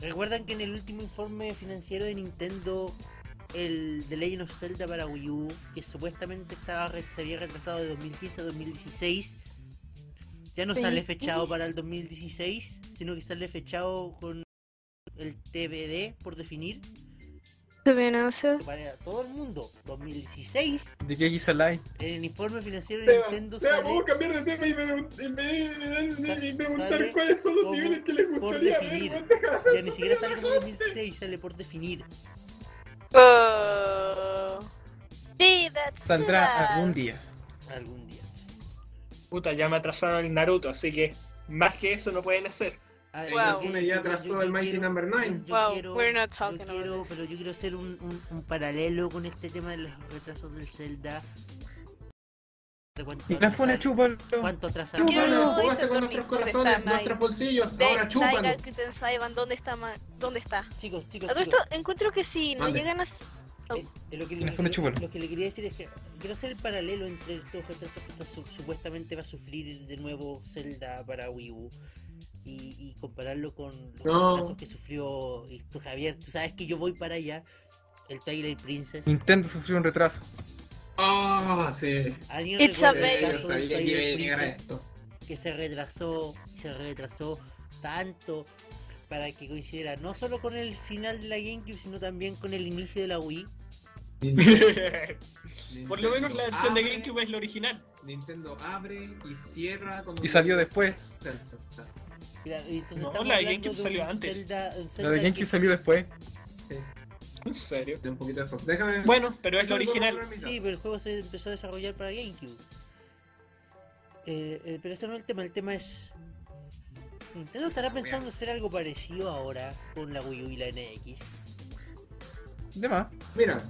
Speaker 2: ¿Recuerdan que en el último informe financiero de Nintendo, el The Legend of Zelda para Wii U, que supuestamente estaba re- se había retrasado de 2015 a 2016, ya no
Speaker 5: Sí.
Speaker 2: sale fechado para el 2016, sino que sale fechado con el TBD por definir
Speaker 5: ¿Se me anuncia?
Speaker 2: que para todo el mundo 2016
Speaker 6: ¿De qué hizo Live?
Speaker 2: en el informe financiero de
Speaker 3: Seba,
Speaker 2: Nintendo
Speaker 3: Seba,
Speaker 2: sale
Speaker 3: vamos a cambiar de tema y me, y me- y me preguntar
Speaker 2: Sale
Speaker 3: cuáles son los
Speaker 2: como
Speaker 3: niveles que les
Speaker 2: por
Speaker 3: gustaría ver.
Speaker 2: definir.
Speaker 3: weón, deja de hacer
Speaker 2: ya ni siquiera sale como 2016 sale por definir
Speaker 5: Oh. Sí, that's
Speaker 6: Saldrá
Speaker 5: that.
Speaker 6: algún día.
Speaker 2: algún día
Speaker 4: Puta, ya me atrasaron el Naruto, así que más que eso no pueden hacer.
Speaker 2: A ver,
Speaker 5: Wow.
Speaker 2: Ah, yo-
Speaker 3: Una ya
Speaker 2: yo-
Speaker 3: atrasó
Speaker 2: yo- yo
Speaker 3: el Mighty
Speaker 2: quiero-
Speaker 3: Number Nine.
Speaker 2: yo- yo
Speaker 5: Wow,
Speaker 2: quiero-
Speaker 5: we're not
Speaker 2: yo
Speaker 5: talking about
Speaker 2: quiero-
Speaker 5: this.
Speaker 2: Pero yo quiero hacer un, un- un paralelo con este tema de los retrasos del Zelda. De cuánto
Speaker 6: Y la funa
Speaker 2: atrasar-
Speaker 6: chúpalo.
Speaker 2: cuánto atrasaron.
Speaker 5: Quiero-
Speaker 3: Chúpalo,
Speaker 5: dice
Speaker 3: jugaste con
Speaker 5: Tony,
Speaker 3: nuestros
Speaker 5: ¿dónde está
Speaker 3: corazones,
Speaker 5: Mike?
Speaker 3: nuestros bolsillos,
Speaker 5: De
Speaker 3: ahora chúpalo.
Speaker 5: Taiga Kuten Saiban, ¿dónde está Ma- ¿Dónde está?
Speaker 2: Chicos, chicos,
Speaker 5: A todo esto
Speaker 2: chicos,
Speaker 5: encuentro que si no
Speaker 3: Mande.
Speaker 5: llegan a. s-
Speaker 2: eh, eh, lo, que le,
Speaker 6: La funa chúpalo.
Speaker 2: lo que le quería decir es que quiero hacer el paralelo entre estos retrasos que está su- supuestamente va a sufrir de nuevo Zelda para Wii U. Y, y compararlo con los
Speaker 3: No.
Speaker 2: retrasos que sufrió y tú, Javier. Tú sabes que yo voy para allá. El Twilight Princess.
Speaker 6: Nintendo sufrió un retraso.
Speaker 3: Ah, sí.
Speaker 2: ¿Alguien
Speaker 5: It's
Speaker 2: recuerda el
Speaker 5: a baby.
Speaker 3: Eh, Yo
Speaker 2: caso del
Speaker 3: sabía que iba a
Speaker 2: Twilight
Speaker 3: llegar a
Speaker 2: Princess?
Speaker 3: esto.
Speaker 2: que se retrasó, se retrasó tanto para que coincidiera no solo con el final de la GameCube, sino también con el inicio de la Wii.
Speaker 4: Por lo menos la versión de
Speaker 3: Abre,
Speaker 4: GameCube es la original.
Speaker 3: Nintendo abre y cierra con
Speaker 6: Y salió después.
Speaker 2: Y la- y Entonces
Speaker 4: No,
Speaker 2: estamos
Speaker 4: la de
Speaker 2: hablando
Speaker 4: GameCube
Speaker 2: un
Speaker 4: salió antes.
Speaker 2: Zelda- un Zelda
Speaker 6: La de
Speaker 2: que-
Speaker 6: GameCube salió después.
Speaker 3: Sí,
Speaker 4: En serio.
Speaker 3: de un poquito después. Déjame.
Speaker 4: Bueno, pero es la
Speaker 3: déjame
Speaker 4: original.
Speaker 3: volver a mi
Speaker 2: Sí, pero el juego se empezó a desarrollar para GameCube. Eh, eh, pero eso no es el tema, el tema es... Nintendo estará pensando hacer algo parecido ahora con la Wii U y la NX.
Speaker 6: De más.
Speaker 3: Mira,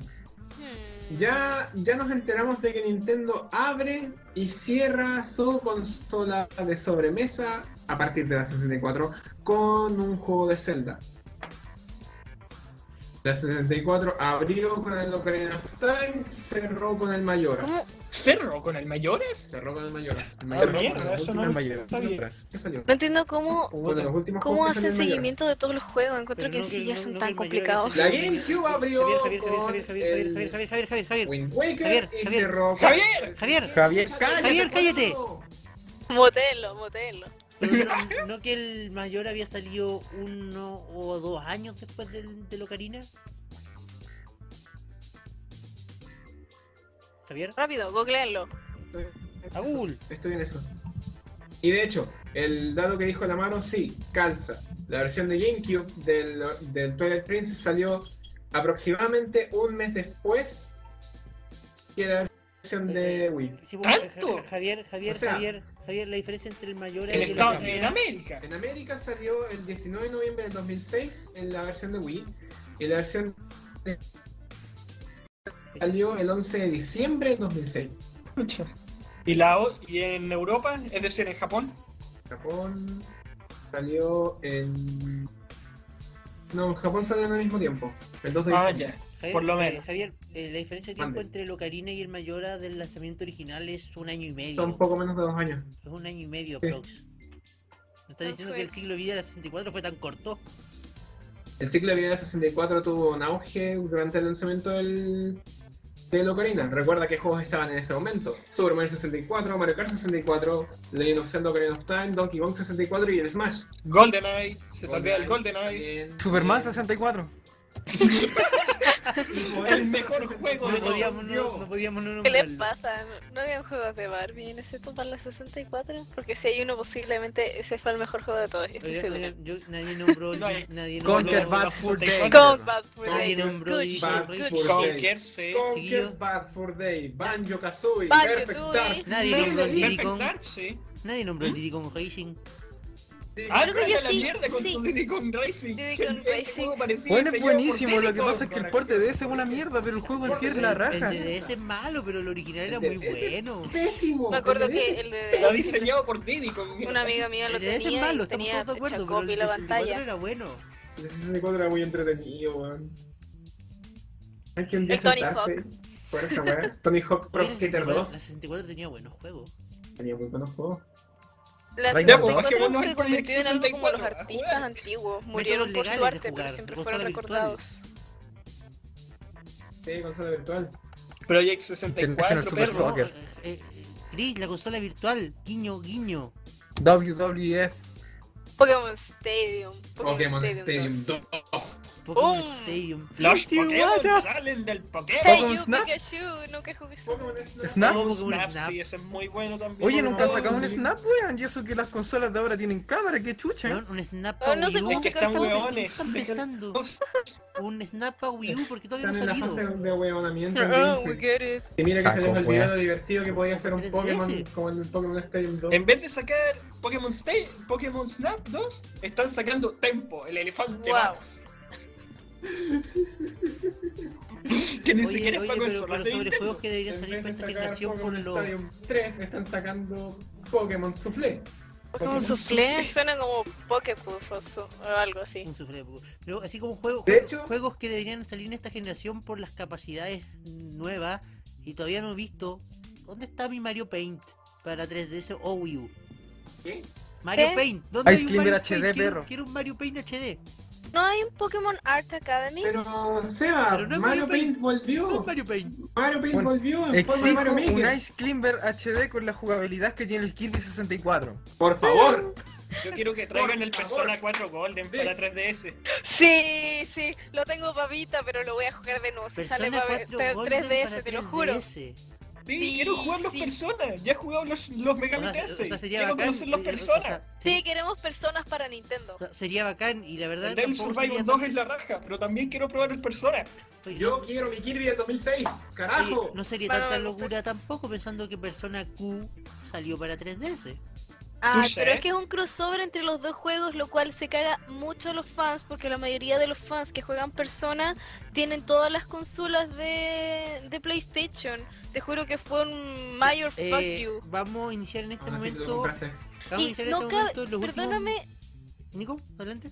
Speaker 5: Hmm.
Speaker 3: ya, ya nos enteramos de que Nintendo abre y cierra su consola de sobremesa a partir de la 64 con un juego de Zelda. La 64 abrió con el Ocarina of Time, cerró con el Mayoras.
Speaker 5: ¿Cómo?
Speaker 4: ¿Cerro con el Mayores?
Speaker 3: Cerró con el Mayoras. El
Speaker 4: Ah,
Speaker 3: Mayoras
Speaker 4: mierda,
Speaker 3: fue de los
Speaker 4: eso
Speaker 3: últimos
Speaker 6: El
Speaker 4: no-
Speaker 6: mayor
Speaker 4: está bien.
Speaker 6: retraso.
Speaker 3: que salió.
Speaker 5: No entiendo cómo,
Speaker 3: Fue de los últimos
Speaker 5: cómo
Speaker 3: juegos que
Speaker 5: hacen
Speaker 3: salió el Mayoras.
Speaker 5: seguimiento de todos los juegos. Encuentro
Speaker 2: Pero
Speaker 5: que
Speaker 2: no
Speaker 5: sí
Speaker 2: que-
Speaker 5: ya
Speaker 2: no-
Speaker 5: son
Speaker 2: no que
Speaker 5: tan
Speaker 2: el mayor
Speaker 5: complicados.
Speaker 2: es
Speaker 3: La GameCube abrió
Speaker 2: Javier, Javier, Javier, Javier,
Speaker 3: con
Speaker 2: Javier, Javier, Javier, Javier, Javier,
Speaker 3: el
Speaker 2: Javier.
Speaker 3: Wind Waker
Speaker 2: Javier,
Speaker 3: y
Speaker 2: Javier.
Speaker 3: cerró.
Speaker 4: ¡Javier!
Speaker 2: Javier.
Speaker 6: Javier,
Speaker 3: Cháchate,
Speaker 2: Javier, cállate.
Speaker 3: cuatro.
Speaker 5: Motelo, motelo.
Speaker 2: Pero no, no que el mayor había salido uno o dos años después del, del Ocarina? ¿Javier?
Speaker 5: Rápido, googleenlo.
Speaker 3: Estoy-
Speaker 2: ¡A Google!
Speaker 3: Estoy en eso. Y de hecho, el dato que dijo la mano sí, calza. La versión de GameCube del, del Twilight Princess salió aproximadamente un mes después que la versión de Wii.
Speaker 2: Sí, pues, Ja-
Speaker 4: ¿Tanto?
Speaker 2: Ja- Javier, Javier,
Speaker 3: O sea-
Speaker 2: Javier, Javier, la diferencia entre el mayor y
Speaker 4: El
Speaker 2: el
Speaker 4: Estado
Speaker 2: Ocarina.
Speaker 4: de América.
Speaker 3: En América salió el 19 de noviembre del 2006 en la versión de Wii y la versión de... salió el 11 de diciembre del 2006.
Speaker 4: Pucha. Y, la, o- y en Europa, es decir, en Japón,
Speaker 3: Japón salió en... No, en Japón salió al mismo tiempo, el 2 de
Speaker 4: ah,
Speaker 3: diciembre.
Speaker 4: ya.
Speaker 2: Javier,
Speaker 4: Por lo
Speaker 2: eh,
Speaker 4: menos.
Speaker 2: Javier, eh, la diferencia de tiempo
Speaker 3: Mande.
Speaker 2: entre el Ocarina y el Mayora del lanzamiento original es un año y medio.
Speaker 3: Son poco menos de dos años.
Speaker 2: Es un año y medio,
Speaker 3: Sí.
Speaker 2: prox. ¿No estás diciendo que el siglo de vida de la 64 fue tan corto?
Speaker 3: El ciclo de vida de 64 tuvo un auge durante el lanzamiento del, del Ocarina. Recuerda qué juegos estaban en ese momento. Super Mario 64, Mario Kart 64, Legend of Zelda Ocarina of Time, Donkey Kong 64 y el Smash.
Speaker 4: GoldenEye, se te olvida el GoldenEye.
Speaker 3: También.
Speaker 6: Superman 64.
Speaker 3: Hijo,
Speaker 4: El
Speaker 3: eso
Speaker 4: mejor
Speaker 3: no se-
Speaker 4: juego
Speaker 2: No
Speaker 4: de todos.
Speaker 2: podíamos no,
Speaker 3: Dios.
Speaker 2: no podíamos no
Speaker 5: ¿Qué les
Speaker 2: nombrarlo.
Speaker 5: pasa? ¿No- ¿No habían juegos de Barbie en ese para la 64? Porque si hay uno, posiblemente ese fue el mejor juego de todos. Estoy
Speaker 2: Oigan,
Speaker 5: segura.
Speaker 2: oigan, yo, nadie nombró
Speaker 4: No eh. hay.
Speaker 2: nadie
Speaker 6: Conquer
Speaker 2: nombró
Speaker 6: Bad Fur Day.
Speaker 5: Kong Bad Fur
Speaker 3: Nadie
Speaker 5: Day.
Speaker 2: nombró
Speaker 5: Good,
Speaker 2: y-
Speaker 5: good,
Speaker 2: Bad
Speaker 5: good.
Speaker 3: Fur-
Speaker 4: Conker, sí.
Speaker 2: eh, Chiquillos.
Speaker 3: Conker's Bad for Day, Banjo Kazooie,
Speaker 5: Banjo,
Speaker 3: Perfect
Speaker 5: Tui.
Speaker 3: Dark,
Speaker 2: Nadie
Speaker 4: Perfect
Speaker 2: nombró
Speaker 4: Dark,
Speaker 2: Diddy Kong,
Speaker 4: sí.
Speaker 2: Nadie nombró el Diddy Kong Racing.
Speaker 5: Ah, no,
Speaker 4: Ahora
Speaker 5: yo
Speaker 4: la
Speaker 5: sí,
Speaker 4: mierda con
Speaker 5: sí.
Speaker 4: tu Diddy Kong Racing.
Speaker 5: Diddy
Speaker 4: Que
Speaker 5: Kong
Speaker 4: ese
Speaker 5: Racing.
Speaker 4: juego parecía
Speaker 6: Bueno,
Speaker 4: diseñado
Speaker 6: es
Speaker 4: por
Speaker 6: buenísimo, lo
Speaker 4: Diddy
Speaker 6: que pasa es
Speaker 4: Kong,
Speaker 6: que el
Speaker 4: correcto.
Speaker 6: porte de ese es una mierda, pero el juego en sí es la
Speaker 2: El-
Speaker 6: raja.
Speaker 2: El DDS es malo, pero el original era
Speaker 3: El
Speaker 2: muy
Speaker 3: DDS.
Speaker 2: bueno.
Speaker 3: Pésimo.
Speaker 5: Me acuerdo
Speaker 3: ¿entendés?
Speaker 5: que el
Speaker 4: Lo ha
Speaker 5: de
Speaker 4: diseñado por Diddy Kong.
Speaker 5: una amiga mía lo
Speaker 2: El DDS es
Speaker 5: tenía
Speaker 2: malo,
Speaker 5: y
Speaker 2: estamos
Speaker 5: tenía
Speaker 2: todos de acuerdo, pero el
Speaker 5: Chacopy la
Speaker 2: 64
Speaker 5: pantalla.
Speaker 2: era bueno.
Speaker 3: El 64 era muy entretenido, weón. Hay que un día
Speaker 5: El Tony
Speaker 3: sentarse por esa weá. Tony Hawk Pro
Speaker 2: Oye, el
Speaker 3: Skater
Speaker 2: 64
Speaker 3: 2.
Speaker 2: el 64 tenía buenos juegos.
Speaker 3: Tenía muy buenos juegos.
Speaker 5: La
Speaker 6: Reina
Speaker 3: pues,
Speaker 4: Roja.
Speaker 5: 64 se
Speaker 4: Roja.
Speaker 5: convirtió en algo como los
Speaker 4: 64,
Speaker 5: artistas
Speaker 4: a
Speaker 5: antiguos. Murieron por
Speaker 2: legales
Speaker 5: su
Speaker 2: de
Speaker 5: arte, pero
Speaker 2: jugar,
Speaker 5: siempre
Speaker 2: consolas
Speaker 5: fueron recordados.
Speaker 3: Sí, consola virtual.
Speaker 4: Project 64,
Speaker 6: International Super
Speaker 4: perro.
Speaker 6: Soccer.
Speaker 2: eh, eh, Chris, la consola virtual, guiño, guiño.
Speaker 6: WWF.
Speaker 5: Pokémon Stadium.
Speaker 3: Pokémon Stadium 2.
Speaker 2: Pokémon
Speaker 5: ¡Um!
Speaker 2: Stadium.
Speaker 4: Los
Speaker 2: Tijuana.
Speaker 4: Pokémon salen del Pokémon.
Speaker 5: Hey,
Speaker 6: Pokémon
Speaker 5: you
Speaker 6: Snap.
Speaker 5: Pikachu, nunca jugué eso.
Speaker 3: Pokémon Snap.
Speaker 6: Snap.
Speaker 2: Oh, Pokémon
Speaker 4: Snap,
Speaker 2: Snap.
Speaker 4: sí, ese es muy bueno también.
Speaker 6: Oye, nunca han
Speaker 3: no,
Speaker 6: sacado un
Speaker 3: no.
Speaker 6: Snap, weón. Y eso que las consolas de ahora tienen cámara, qué chucha.
Speaker 2: Weón, Un Snap
Speaker 5: Oh, no sé
Speaker 2: Wii U.
Speaker 5: cómo
Speaker 4: Es que están
Speaker 2: Estamos-
Speaker 4: hueones.
Speaker 2: están pensando? Un Snap a Wii U porque todavía
Speaker 3: Están
Speaker 2: no
Speaker 3: en
Speaker 2: ha
Speaker 3: la
Speaker 2: salido.
Speaker 3: fase de huevonamiento.
Speaker 5: Oh, we get it.
Speaker 3: Y mira que se les
Speaker 6: Saco,
Speaker 3: olvidó
Speaker 6: weón.
Speaker 3: lo divertido que podía ser un
Speaker 2: 3DS.
Speaker 3: Pokémon como en el Pokémon Stadium 2.
Speaker 4: En vez de sacar Pokémon, Stay, Pokémon Snap 2, están sacando Tempo, el elefante.
Speaker 5: Wow.
Speaker 4: Manos. que ni
Speaker 2: Oye,
Speaker 4: siquiera es
Speaker 2: oye,
Speaker 4: para
Speaker 2: pero,
Speaker 4: consolas
Speaker 2: pero
Speaker 4: de
Speaker 2: sobre
Speaker 4: Nintendo.
Speaker 2: juegos que deberían
Speaker 3: En
Speaker 2: salir
Speaker 3: vez
Speaker 2: para
Speaker 3: de
Speaker 2: esta
Speaker 3: sacar
Speaker 2: generación por
Speaker 3: Pokémon
Speaker 2: los...
Speaker 3: Stadium 3, están sacando Pokémon Soufflé.
Speaker 5: Pokémon Soufflé. Suena como Poképuff o, su- o algo así.
Speaker 2: Un sufre de poco. Pero así como juegos,
Speaker 3: De hecho-
Speaker 2: juegos que deberían salir en esta generación por las capacidades nuevas y todavía no he visto. ¿Dónde está mi Mario Paint para 3DS o Wii U?
Speaker 3: ¿Qué?
Speaker 2: Mario
Speaker 5: ¿Qué?
Speaker 2: Paint, ¿dónde
Speaker 6: Ice
Speaker 2: hay un
Speaker 6: Climber
Speaker 2: Mario
Speaker 6: HD,
Speaker 2: Paint? Quiero-
Speaker 6: perro.
Speaker 2: Quiero un Mario Paint HD.
Speaker 5: ¿No hay un Pokémon Art Academy?
Speaker 3: Pero Seba,
Speaker 2: Pero no es Mario
Speaker 3: Mario
Speaker 2: Paint. No
Speaker 3: Paint
Speaker 4: Uh.
Speaker 3: volvió.
Speaker 2: es Mario Paint.
Speaker 3: Mario Paint
Speaker 6: Bueno,
Speaker 3: volvió en forma de
Speaker 6: Exijo
Speaker 3: Mario
Speaker 6: un
Speaker 3: Maker.
Speaker 6: Ice Climber HD con la jugabilidad que tiene el Kirby 64.
Speaker 3: Por favor.
Speaker 4: Yo quiero que traigan
Speaker 3: Por
Speaker 4: el
Speaker 3: favor.
Speaker 4: Persona 4 Golden
Speaker 3: Sí.
Speaker 4: para 3DS.
Speaker 5: Sí, sí, lo tengo papita, pero lo voy a jugar de nuevo. Si sale
Speaker 2: Persona
Speaker 5: para
Speaker 2: 4 Golden
Speaker 5: 3DS,
Speaker 2: para
Speaker 5: te lo juro.
Speaker 2: 3DS.
Speaker 4: Sí,
Speaker 5: Sí,
Speaker 4: quiero jugar los
Speaker 5: sí.
Speaker 4: Personas. Ya he jugado los, los Mega
Speaker 2: O sea,
Speaker 4: Man
Speaker 2: o sea, sería
Speaker 4: quiero
Speaker 2: bacán.
Speaker 4: conocer los
Speaker 2: eh, o
Speaker 4: Personas.
Speaker 2: sea,
Speaker 5: Sí, queremos personas para Nintendo.
Speaker 2: se- Sería bacán y la verdad
Speaker 4: el Devil
Speaker 2: tampoco
Speaker 4: Survivor
Speaker 2: sería
Speaker 4: 2 es la raja, pero también quiero probar el Persona.
Speaker 2: Oye,
Speaker 3: Yo quiero mi Kirby del 2006.
Speaker 2: Oye,
Speaker 3: Carajo.
Speaker 2: no sería
Speaker 5: Para
Speaker 2: tanta
Speaker 5: la-
Speaker 2: locura tampoco pensando que Persona Q salió para 3DS.
Speaker 5: Ah,
Speaker 4: Touché.
Speaker 5: pero es que es un crossover entre los dos juegos, lo cual se caga mucho a los fans, porque la mayoría de los fans que juegan Persona tienen todas las consolas de, de PlayStation. Te juro que fue un mayor
Speaker 2: Eh,
Speaker 5: fuck you.
Speaker 2: vamos a iniciar en este
Speaker 3: Aún así te Ah, lo
Speaker 2: momento. Vamos
Speaker 3: compraste.
Speaker 2: a
Speaker 5: Y
Speaker 2: iniciar en
Speaker 5: no
Speaker 2: este
Speaker 5: cabe-
Speaker 2: momento los últimos.
Speaker 5: Perdóname,
Speaker 2: Nico, adelante.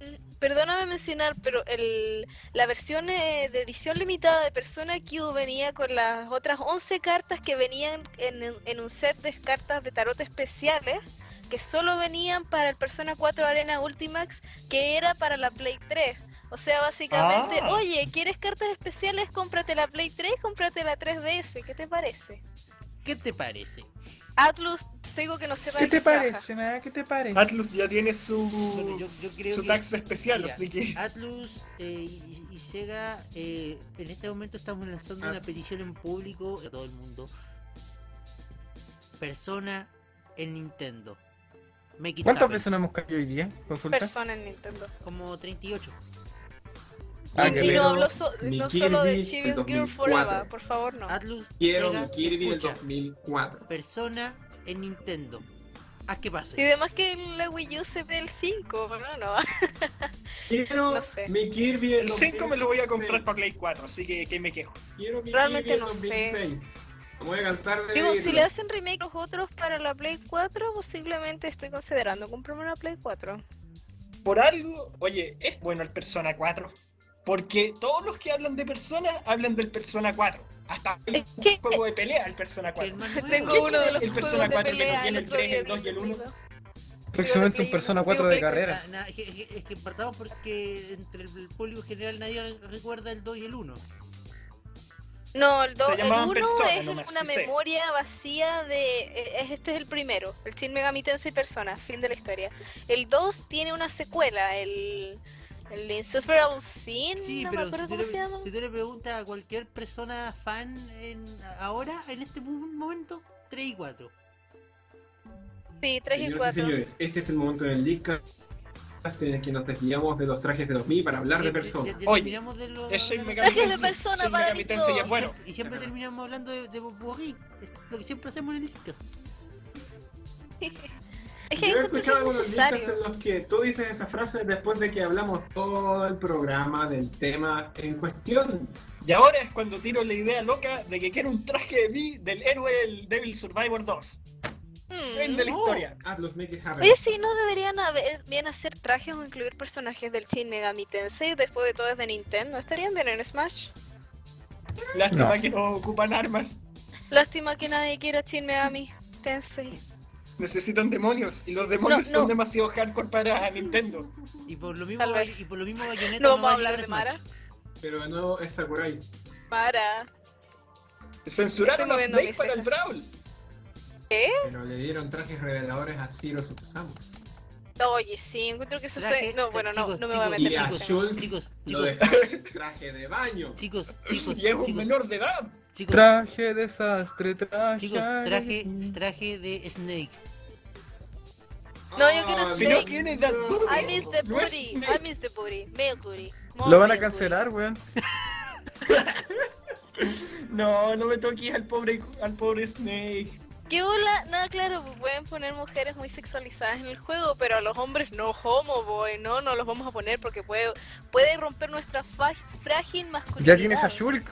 Speaker 5: Mm, perdóname mencionar, pero el, la versión eh, de edición limitada de Persona Q venía con las otras 11 cartas que venían en, en un set de cartas de tarot especiales que solo venían para el Persona 4 Arena Ultimax, que era para la Play 3. O sea, básicamente,
Speaker 4: Ah.
Speaker 5: oye, ¿quieres cartas especiales? Cómprate la Play 3, cómprate la 3DS, ¿qué te parece?
Speaker 2: ¿Qué te parece?
Speaker 5: Atlus, te digo que no sepa
Speaker 6: ¿Qué
Speaker 5: de
Speaker 6: te
Speaker 5: trabaja.
Speaker 6: parece, ma? ¿Qué te parece?
Speaker 2: Ah,
Speaker 4: Atlus ya tiene su,
Speaker 2: Bueno, yo, yo creo
Speaker 4: su
Speaker 2: que
Speaker 4: tax especial,
Speaker 2: mira,
Speaker 4: así que.
Speaker 2: Atlus eh, y, y Sega, eh, en este momento estamos lanzando una petición en público a todo el mundo. Persona en Nintendo. Make it
Speaker 6: ¿Cuántas
Speaker 2: happen.
Speaker 6: personas hemos caído hoy día? Consulta.
Speaker 5: Persona en Nintendo.
Speaker 2: Como 38.
Speaker 6: Ah,
Speaker 5: y,
Speaker 6: qué
Speaker 5: y
Speaker 6: rico.
Speaker 5: no hablo so-
Speaker 3: mi
Speaker 5: no solo de
Speaker 3: Kirby
Speaker 5: Chibi's
Speaker 3: del
Speaker 5: Girl
Speaker 3: 2004.
Speaker 5: Forever, por favor no.
Speaker 2: Atlus,
Speaker 3: Quiero
Speaker 2: Sega,
Speaker 3: mi Kirby del
Speaker 2: escucha.
Speaker 3: 2004.
Speaker 2: Persona en Nintendo. Haz que
Speaker 5: Y
Speaker 2: pase.
Speaker 5: además que la Wii U se ve el 5, pero no, no.
Speaker 3: Quiero
Speaker 5: No sé.
Speaker 3: mi Kirby del
Speaker 4: El 5 me lo voy a comprar
Speaker 3: 2006.
Speaker 4: para Play 4, así que, que me quejo.
Speaker 3: Quiero mi
Speaker 5: Realmente
Speaker 3: Kirby del
Speaker 5: no sé.
Speaker 3: 2006. Me voy a cansar de
Speaker 5: Digo, si
Speaker 3: pedirlo.
Speaker 5: le hacen remake los otros para la Play 4, posiblemente estoy considerando comprarme una Play 4.
Speaker 4: Por algo, oye, es bueno el Persona 4. Porque todos los que hablan de Persona hablan del Persona 4. Hasta hay
Speaker 5: Es que
Speaker 4: un juego de pelea el Persona
Speaker 2: Que el
Speaker 4: 4.
Speaker 2: más nuevo.
Speaker 5: tengo uno de los
Speaker 4: El
Speaker 5: juegos
Speaker 4: Persona
Speaker 5: de
Speaker 4: 4 que
Speaker 5: pelea,
Speaker 4: contiene el
Speaker 5: otro
Speaker 4: 3,
Speaker 5: día
Speaker 4: el
Speaker 5: vi
Speaker 4: 2 y el 1.
Speaker 5: video.
Speaker 6: Próximamente un
Speaker 5: Play-
Speaker 6: Persona
Speaker 5: digo,
Speaker 6: 4 de
Speaker 5: Play-
Speaker 6: carrera.
Speaker 2: Na- na- es, que, es que partamos porque entre el público general nadie recuerda el 2 y el 1.
Speaker 5: No, el 2,
Speaker 4: Se
Speaker 5: el
Speaker 4: llamaban
Speaker 5: 1
Speaker 4: Persona
Speaker 5: es
Speaker 4: nomás,
Speaker 5: una
Speaker 4: sí sé.
Speaker 5: memoria vacía de... eh, es- Este es el primero, el Shin Megami Tensei Persona, fin de la historia. El 2 tiene una secuela, el... El Insufferable Sin,
Speaker 2: Sí,
Speaker 5: no me
Speaker 2: pero
Speaker 5: acuerdo
Speaker 2: si tú,
Speaker 5: cómo se
Speaker 2: le,
Speaker 5: llama.
Speaker 2: si tú le preguntas a cualquier persona fan en, ahora, en este mu- momento, 3 y 4.
Speaker 5: Sí, 3 y
Speaker 3: Señoras
Speaker 5: 4.
Speaker 3: señores, este es el momento en el Leadcast en el que nos desviamos de los trajes de los Mi para hablar de
Speaker 2: Ya-
Speaker 3: personas.
Speaker 2: ya- ya
Speaker 4: Oye,
Speaker 2: terminamos de lo-
Speaker 4: Es Shin Megami
Speaker 5: Traje de
Speaker 4: Tensei.
Speaker 5: Persona
Speaker 4: Shin
Speaker 5: para
Speaker 4: Megami
Speaker 5: Nico.
Speaker 4: Tensei es bueno.
Speaker 2: Y siempre terminamos hablando de, de Bob Burri. Es lo que siempre hacemos en el podcast.
Speaker 5: Es que
Speaker 3: Yo he
Speaker 5: encuentro que
Speaker 3: escuchado
Speaker 5: es
Speaker 3: algunos listas
Speaker 5: necesario.
Speaker 3: en los que tú dices esa frase después de que hablamos todo el programa del tema en cuestión.
Speaker 4: Y ahora es cuando tiro la idea loca de que quiero un traje de mí del héroe del Devil Survivor 2. Fin de
Speaker 5: Mm.
Speaker 4: la historia.
Speaker 3: Atlas Make It Happen.
Speaker 5: Oye, sí, no deberían haber, bien hacer trajes o incluir personajes del Shin Megami Tensei después de todo es de Nintendo. Estarían bien en Smash.
Speaker 4: Lástima
Speaker 6: No.
Speaker 4: que no ocupan armas.
Speaker 5: Lástima que nadie quiera Shin Megami Tensei.
Speaker 4: Necesitan demonios. Y los demonios
Speaker 5: No,
Speaker 4: son
Speaker 5: no.
Speaker 4: demasiado hardcore para Nintendo.
Speaker 2: Y por lo mismo,
Speaker 5: Tal vez.
Speaker 2: Bay- y por lo mismo Bayonetta
Speaker 5: No
Speaker 2: no,
Speaker 5: vamos
Speaker 2: va
Speaker 5: a
Speaker 2: a
Speaker 5: hablar
Speaker 2: llegar
Speaker 5: de
Speaker 2: a Smash.
Speaker 5: Mara.
Speaker 3: Pero no es Sakurai.
Speaker 5: Para.
Speaker 4: Censuraron
Speaker 5: Estoy
Speaker 4: a
Speaker 5: moviendo
Speaker 4: Snake
Speaker 5: mis
Speaker 4: para el Brawl.
Speaker 3: Pero le dieron trajes reveladores a Zero Subsamus.
Speaker 5: Oye, sí, encuentro que eso
Speaker 2: Traje-
Speaker 5: se... No, bueno, no,
Speaker 2: chicos,
Speaker 5: no me voy a
Speaker 2: chicos,
Speaker 5: meter
Speaker 3: Y
Speaker 5: en
Speaker 3: a
Speaker 5: ese tema.
Speaker 3: Shulk
Speaker 2: Chicos,
Speaker 3: lo
Speaker 2: chicos,
Speaker 3: dejaron en traje de baño.
Speaker 2: chicos, chicos,
Speaker 4: Y es un
Speaker 2: chicos,
Speaker 4: menor de edad.
Speaker 2: chicos,
Speaker 6: Traje desastre, traje.
Speaker 2: Chicos, traje, traje de Snake.
Speaker 5: No, yo quiero
Speaker 3: Ah,
Speaker 4: Si
Speaker 5: Snake.
Speaker 4: no tiene edad
Speaker 5: I miss the
Speaker 4: No es
Speaker 5: booty. I
Speaker 4: Snake.
Speaker 5: miss the booty. Male booty. More
Speaker 2: pues,
Speaker 6: Lo van a
Speaker 5: male booty.
Speaker 6: cancelar, weón.
Speaker 4: No, no me toques al pobre, al pobre Snake.
Speaker 5: Que hola, nada claro, pues pueden poner mujeres muy sexualizadas en el juego, pero a los hombres no homo, boy, no, no los vamos a poner porque puede, puede romper nuestra fa- frágil masculinidad.
Speaker 6: Ya tienes a Shulk.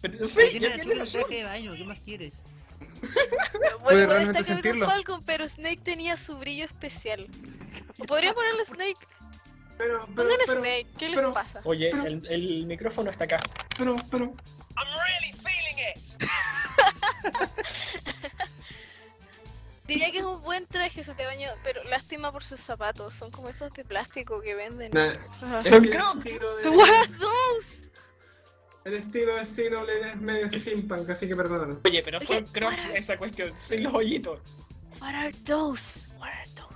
Speaker 4: Pero,
Speaker 2: Pero
Speaker 4: sí,
Speaker 2: tiene
Speaker 4: ya
Speaker 2: la
Speaker 4: tiene
Speaker 2: chupa un
Speaker 4: razón.
Speaker 2: traje de baño, ¿qué más quieres?
Speaker 5: Bueno,
Speaker 6: Puede
Speaker 5: igual
Speaker 6: realmente
Speaker 5: está Capitán
Speaker 6: sentirlo.
Speaker 5: Falcon, pero Snake tenía su brillo especial. O Podría ponerle Snake.
Speaker 3: Pero, pero,
Speaker 5: Pongan a
Speaker 3: pero,
Speaker 5: Snake, ¿qué les
Speaker 3: pero-
Speaker 5: pasa?
Speaker 4: Oye,
Speaker 3: Pero-
Speaker 4: el, el micrófono está acá.
Speaker 3: pero, pero.
Speaker 4: I'm really feeling it.
Speaker 5: Diría que es un buen traje ese de baño, pero lástima por sus zapatos, son como esos de plástico que venden.
Speaker 3: Nah,
Speaker 5: Ah.
Speaker 4: Son
Speaker 3: que el
Speaker 4: Crocs.
Speaker 3: estilo de-
Speaker 5: What are those?
Speaker 3: El estilo de CW es medio steampunk, así que perdónalo.
Speaker 4: Oye, pero son
Speaker 5: Oye,
Speaker 4: crocs
Speaker 5: para.
Speaker 4: esa cuestión, sin los hoyitos.
Speaker 5: What are those? What are those?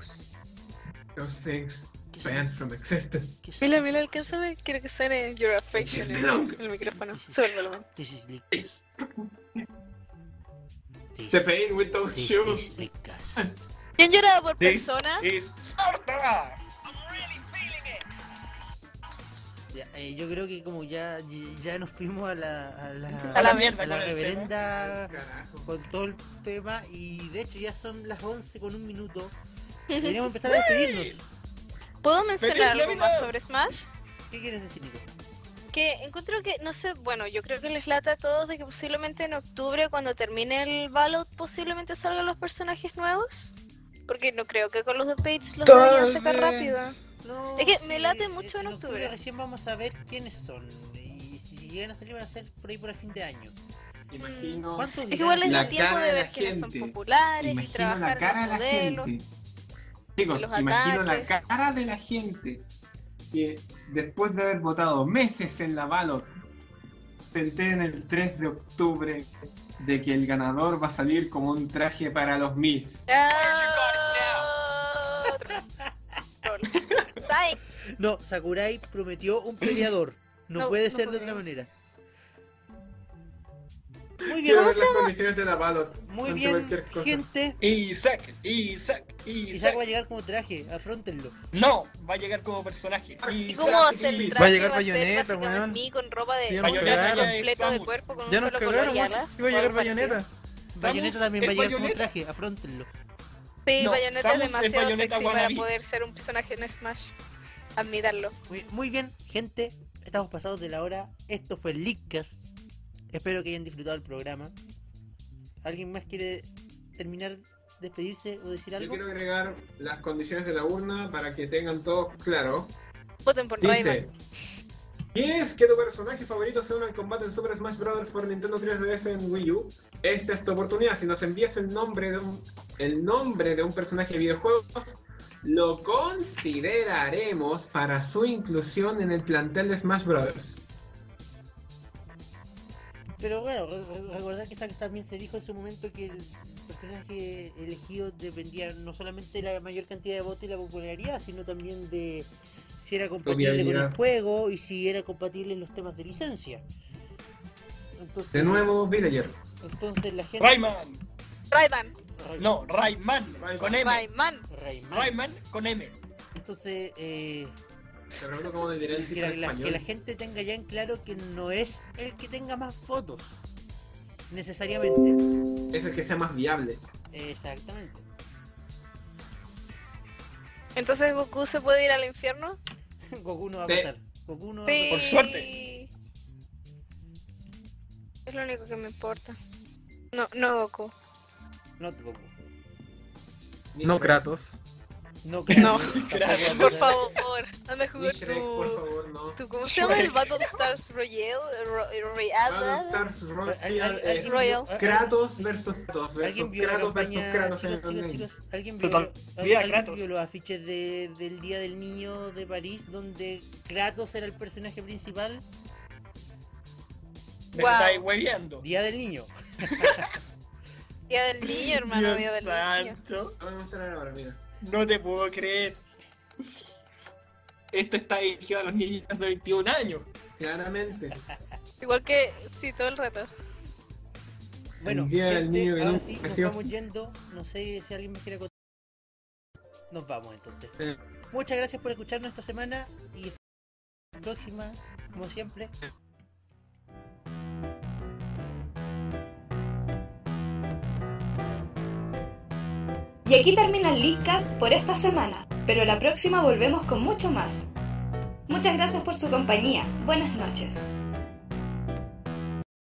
Speaker 3: Those things
Speaker 2: ¿Qué
Speaker 3: banned
Speaker 2: son-
Speaker 3: from existence.
Speaker 2: qué son
Speaker 5: Mira,
Speaker 2: esas
Speaker 5: mira,
Speaker 2: cosas?
Speaker 5: alcánzame. Quiero que suene Your Affection en el, en el micrófono. Sube el volumen.
Speaker 2: This is Lickers. This,
Speaker 3: The pain with those
Speaker 2: this
Speaker 3: shoes.
Speaker 2: is Lickers.
Speaker 5: ¿Quién lloraba por
Speaker 4: This
Speaker 5: persona?
Speaker 4: is Sparta. I'm really feeling it.
Speaker 2: Ya, eh, yo creo que como ya, ya nos fuimos a la, a la,
Speaker 4: A la mierda
Speaker 2: a la
Speaker 4: con el
Speaker 2: reverenda
Speaker 3: Carajo.
Speaker 2: con todo el tema y de hecho ya son las 11 con un minuto. Deberíamos empezar a despedirnos.
Speaker 5: ¿Puedo
Speaker 4: Feliz
Speaker 5: mencionar algo
Speaker 4: Navidad.
Speaker 5: más sobre Smash?
Speaker 2: ¿Qué quieres decir, Nico?
Speaker 5: Que encuentro que, no sé, bueno, yo creo que les lata a todos de que posiblemente en octubre, cuando termine el Ballot, posiblemente salgan los personajes nuevos. Porque no creo que con los updates los vayan a sacar rápido.
Speaker 2: No,
Speaker 5: Es que me late
Speaker 2: eh,
Speaker 5: mucho en octubre.
Speaker 2: Recién vamos a ver quiénes son y si si llegan a salir van a ser por ahí por el fin de año.
Speaker 3: Imagino,
Speaker 2: ¿Cuántos
Speaker 5: Es que igual les
Speaker 3: La
Speaker 5: da tiempo
Speaker 3: cara
Speaker 5: de
Speaker 3: de
Speaker 5: ver
Speaker 3: la
Speaker 5: quiénes son
Speaker 3: gente.
Speaker 5: populares y
Speaker 3: imagino
Speaker 5: trabajar
Speaker 3: la cara de
Speaker 5: los
Speaker 3: la
Speaker 5: modelos.
Speaker 3: gente. Chicos,
Speaker 5: los
Speaker 3: imagino la
Speaker 5: ataques.
Speaker 3: cara de la gente que después de haber votado meses en la ballot, se enteren el 3 de octubre de que el ganador va a salir como un traje para los Miss.
Speaker 5: Ah, troll. Psych.
Speaker 2: No, Sakurai prometió un peleador. No,
Speaker 5: No,
Speaker 2: puede
Speaker 5: no
Speaker 2: ser de otra
Speaker 5: podemos.
Speaker 2: manera. Muy bien,
Speaker 3: Quiero ver las condiciones de la ballot.
Speaker 2: muy
Speaker 3: ante
Speaker 2: bien,
Speaker 3: cualquier cosa.
Speaker 2: gente.
Speaker 4: Isaac, Isaac, Isaac.
Speaker 2: Isaac va a llegar como traje, afrontenlo.
Speaker 4: No, va a llegar como personaje.
Speaker 5: ¿Y
Speaker 4: Isaac
Speaker 5: cómo va a ser el
Speaker 3: Va a
Speaker 5: traje?
Speaker 6: llegar
Speaker 5: a ser
Speaker 6: Bayonetta,
Speaker 5: básicamente
Speaker 6: weón.
Speaker 5: mí con ropa de
Speaker 6: Sí,
Speaker 5: con
Speaker 6: nos
Speaker 5: un
Speaker 4: Bayonetta
Speaker 6: cagaron.
Speaker 4: ya es
Speaker 5: completo de
Speaker 4: Samus.
Speaker 5: cuerpo con
Speaker 6: Ya
Speaker 5: un
Speaker 6: nos
Speaker 5: solo
Speaker 6: cagaron, weón.
Speaker 5: coloreadas,
Speaker 6: Iba
Speaker 5: o
Speaker 6: a llegar
Speaker 5: algo parecido.
Speaker 6: Bayonetta.
Speaker 2: Bayonetta
Speaker 4: Samus
Speaker 2: también
Speaker 4: es
Speaker 2: va a llegar como
Speaker 4: Bayonetta.
Speaker 2: traje, afrontenlo.
Speaker 5: Sí,
Speaker 4: No,
Speaker 5: Bayonetta
Speaker 4: Samus
Speaker 5: es
Speaker 4: es
Speaker 5: demasiado
Speaker 4: Bayonetta
Speaker 5: sexy para
Speaker 4: wannabe.
Speaker 5: poder ser un personaje en Smash. Admitarlo.
Speaker 2: Muy, muy bien, gente, estamos pasados de la hora. Esto fue Lickas. Espero que hayan disfrutado el programa. ¿Alguien más quiere terminar, despedirse o decir
Speaker 3: Yo
Speaker 2: algo?
Speaker 3: quiero agregar las condiciones de la urna para que tengan todo claro.
Speaker 5: Voten por
Speaker 3: Dice:
Speaker 5: Rayman.
Speaker 3: ¿Quieres que tu personaje favorito se una al combate en Super Smash Bros. por Nintendo 3DS en Wii U? Esta es tu oportunidad. Si nos envías el nombre de un, el nombre de un personaje de videojuegos, lo consideraremos para su inclusión en el plantel de Smash Bros.
Speaker 2: Pero bueno, re- re- recordar que Zack también se dijo en su momento que el personaje elegido dependía no solamente de la mayor cantidad de votos y la popularidad, sino también de si era compatible con el
Speaker 3: Viabilidad.
Speaker 2: juego y si era compatible en los temas de licencia. Entonces,
Speaker 3: De nuevo, Villager.
Speaker 2: Entonces la gente.
Speaker 4: Rayman.
Speaker 5: Rayman.
Speaker 2: Ray-
Speaker 4: No, Rayman.
Speaker 3: Rayman.
Speaker 4: Con M.
Speaker 5: Rayman.
Speaker 2: Rayman.
Speaker 4: Rayman con M.
Speaker 2: Entonces, eh,
Speaker 3: Te recuerdo cómo le diré el
Speaker 2: que,
Speaker 3: título
Speaker 2: la,
Speaker 3: en
Speaker 2: la- que la
Speaker 3: español.
Speaker 2: gente tenga ya en claro que no es el que tenga más votos, necesariamente.
Speaker 3: Es el que sea más viable.
Speaker 2: Exactamente.
Speaker 5: Entonces Goku se puede ir al infierno.
Speaker 2: Goku no va a
Speaker 3: Sí.
Speaker 2: pasar. Goku no va
Speaker 5: Sí.
Speaker 4: Por suerte.
Speaker 5: Es lo único que me importa. No, no Goku.
Speaker 2: a pasar. Not Goku.
Speaker 3: Ni
Speaker 6: No
Speaker 3: Shrek.
Speaker 6: Kratos.
Speaker 2: No,
Speaker 5: No,
Speaker 2: Tampoco
Speaker 4: gracias.
Speaker 2: va a
Speaker 5: Por
Speaker 2: pasar.
Speaker 5: favor, anda a
Speaker 3: Ni
Speaker 5: jugar
Speaker 3: Shrek, por
Speaker 5: tu,
Speaker 3: favor, no.
Speaker 5: tu- ¿Cómo se llama el Battle Stars Royale? Ro-
Speaker 3: Battle
Speaker 5: Royale.
Speaker 3: Stars
Speaker 2: ¿Al- al-
Speaker 3: Royal
Speaker 2: alguien
Speaker 3: es
Speaker 2: vio-
Speaker 5: Royal.
Speaker 2: al-
Speaker 3: Kratos versus Kratos versus
Speaker 2: Ah, ¿Alguien vio la
Speaker 3: Kratos versus
Speaker 2: campaña?
Speaker 3: Kratos en
Speaker 2: chicos,
Speaker 3: el
Speaker 2: chicos,
Speaker 3: online.
Speaker 2: chicos, ¿alguien vio,
Speaker 4: Total,
Speaker 2: al-
Speaker 4: viva
Speaker 2: alguien
Speaker 4: Kratos.
Speaker 2: vio los afiches de- del Día del Niño de París donde Kratos era el personaje principal?
Speaker 4: Me
Speaker 5: Wow.
Speaker 4: estáis hueviando.
Speaker 2: Día del Niño.
Speaker 5: Día del niño, hermano, día del niño.
Speaker 4: santo.
Speaker 3: Lo voy a mostrar ahora, mira.
Speaker 4: No te puedo creer. Esto está dirigido a los niños de 21 años.
Speaker 3: Claramente.
Speaker 5: Igual que, sí, todo el rato.
Speaker 2: Bueno,
Speaker 3: El Día del
Speaker 2: gente,
Speaker 3: Niño que
Speaker 2: ahora
Speaker 3: nunca
Speaker 2: sí, nos
Speaker 3: nació.
Speaker 2: vamos yendo. No sé si alguien más quiere contar. Nos vamos entonces.
Speaker 3: Eh,
Speaker 2: Muchas gracias por escucharnos esta semana y la próxima, como siempre.
Speaker 1: Y aquí termina el Leadcast por esta semana, pero la próxima volvemos con mucho más. Muchas gracias por su compañía. Buenas noches.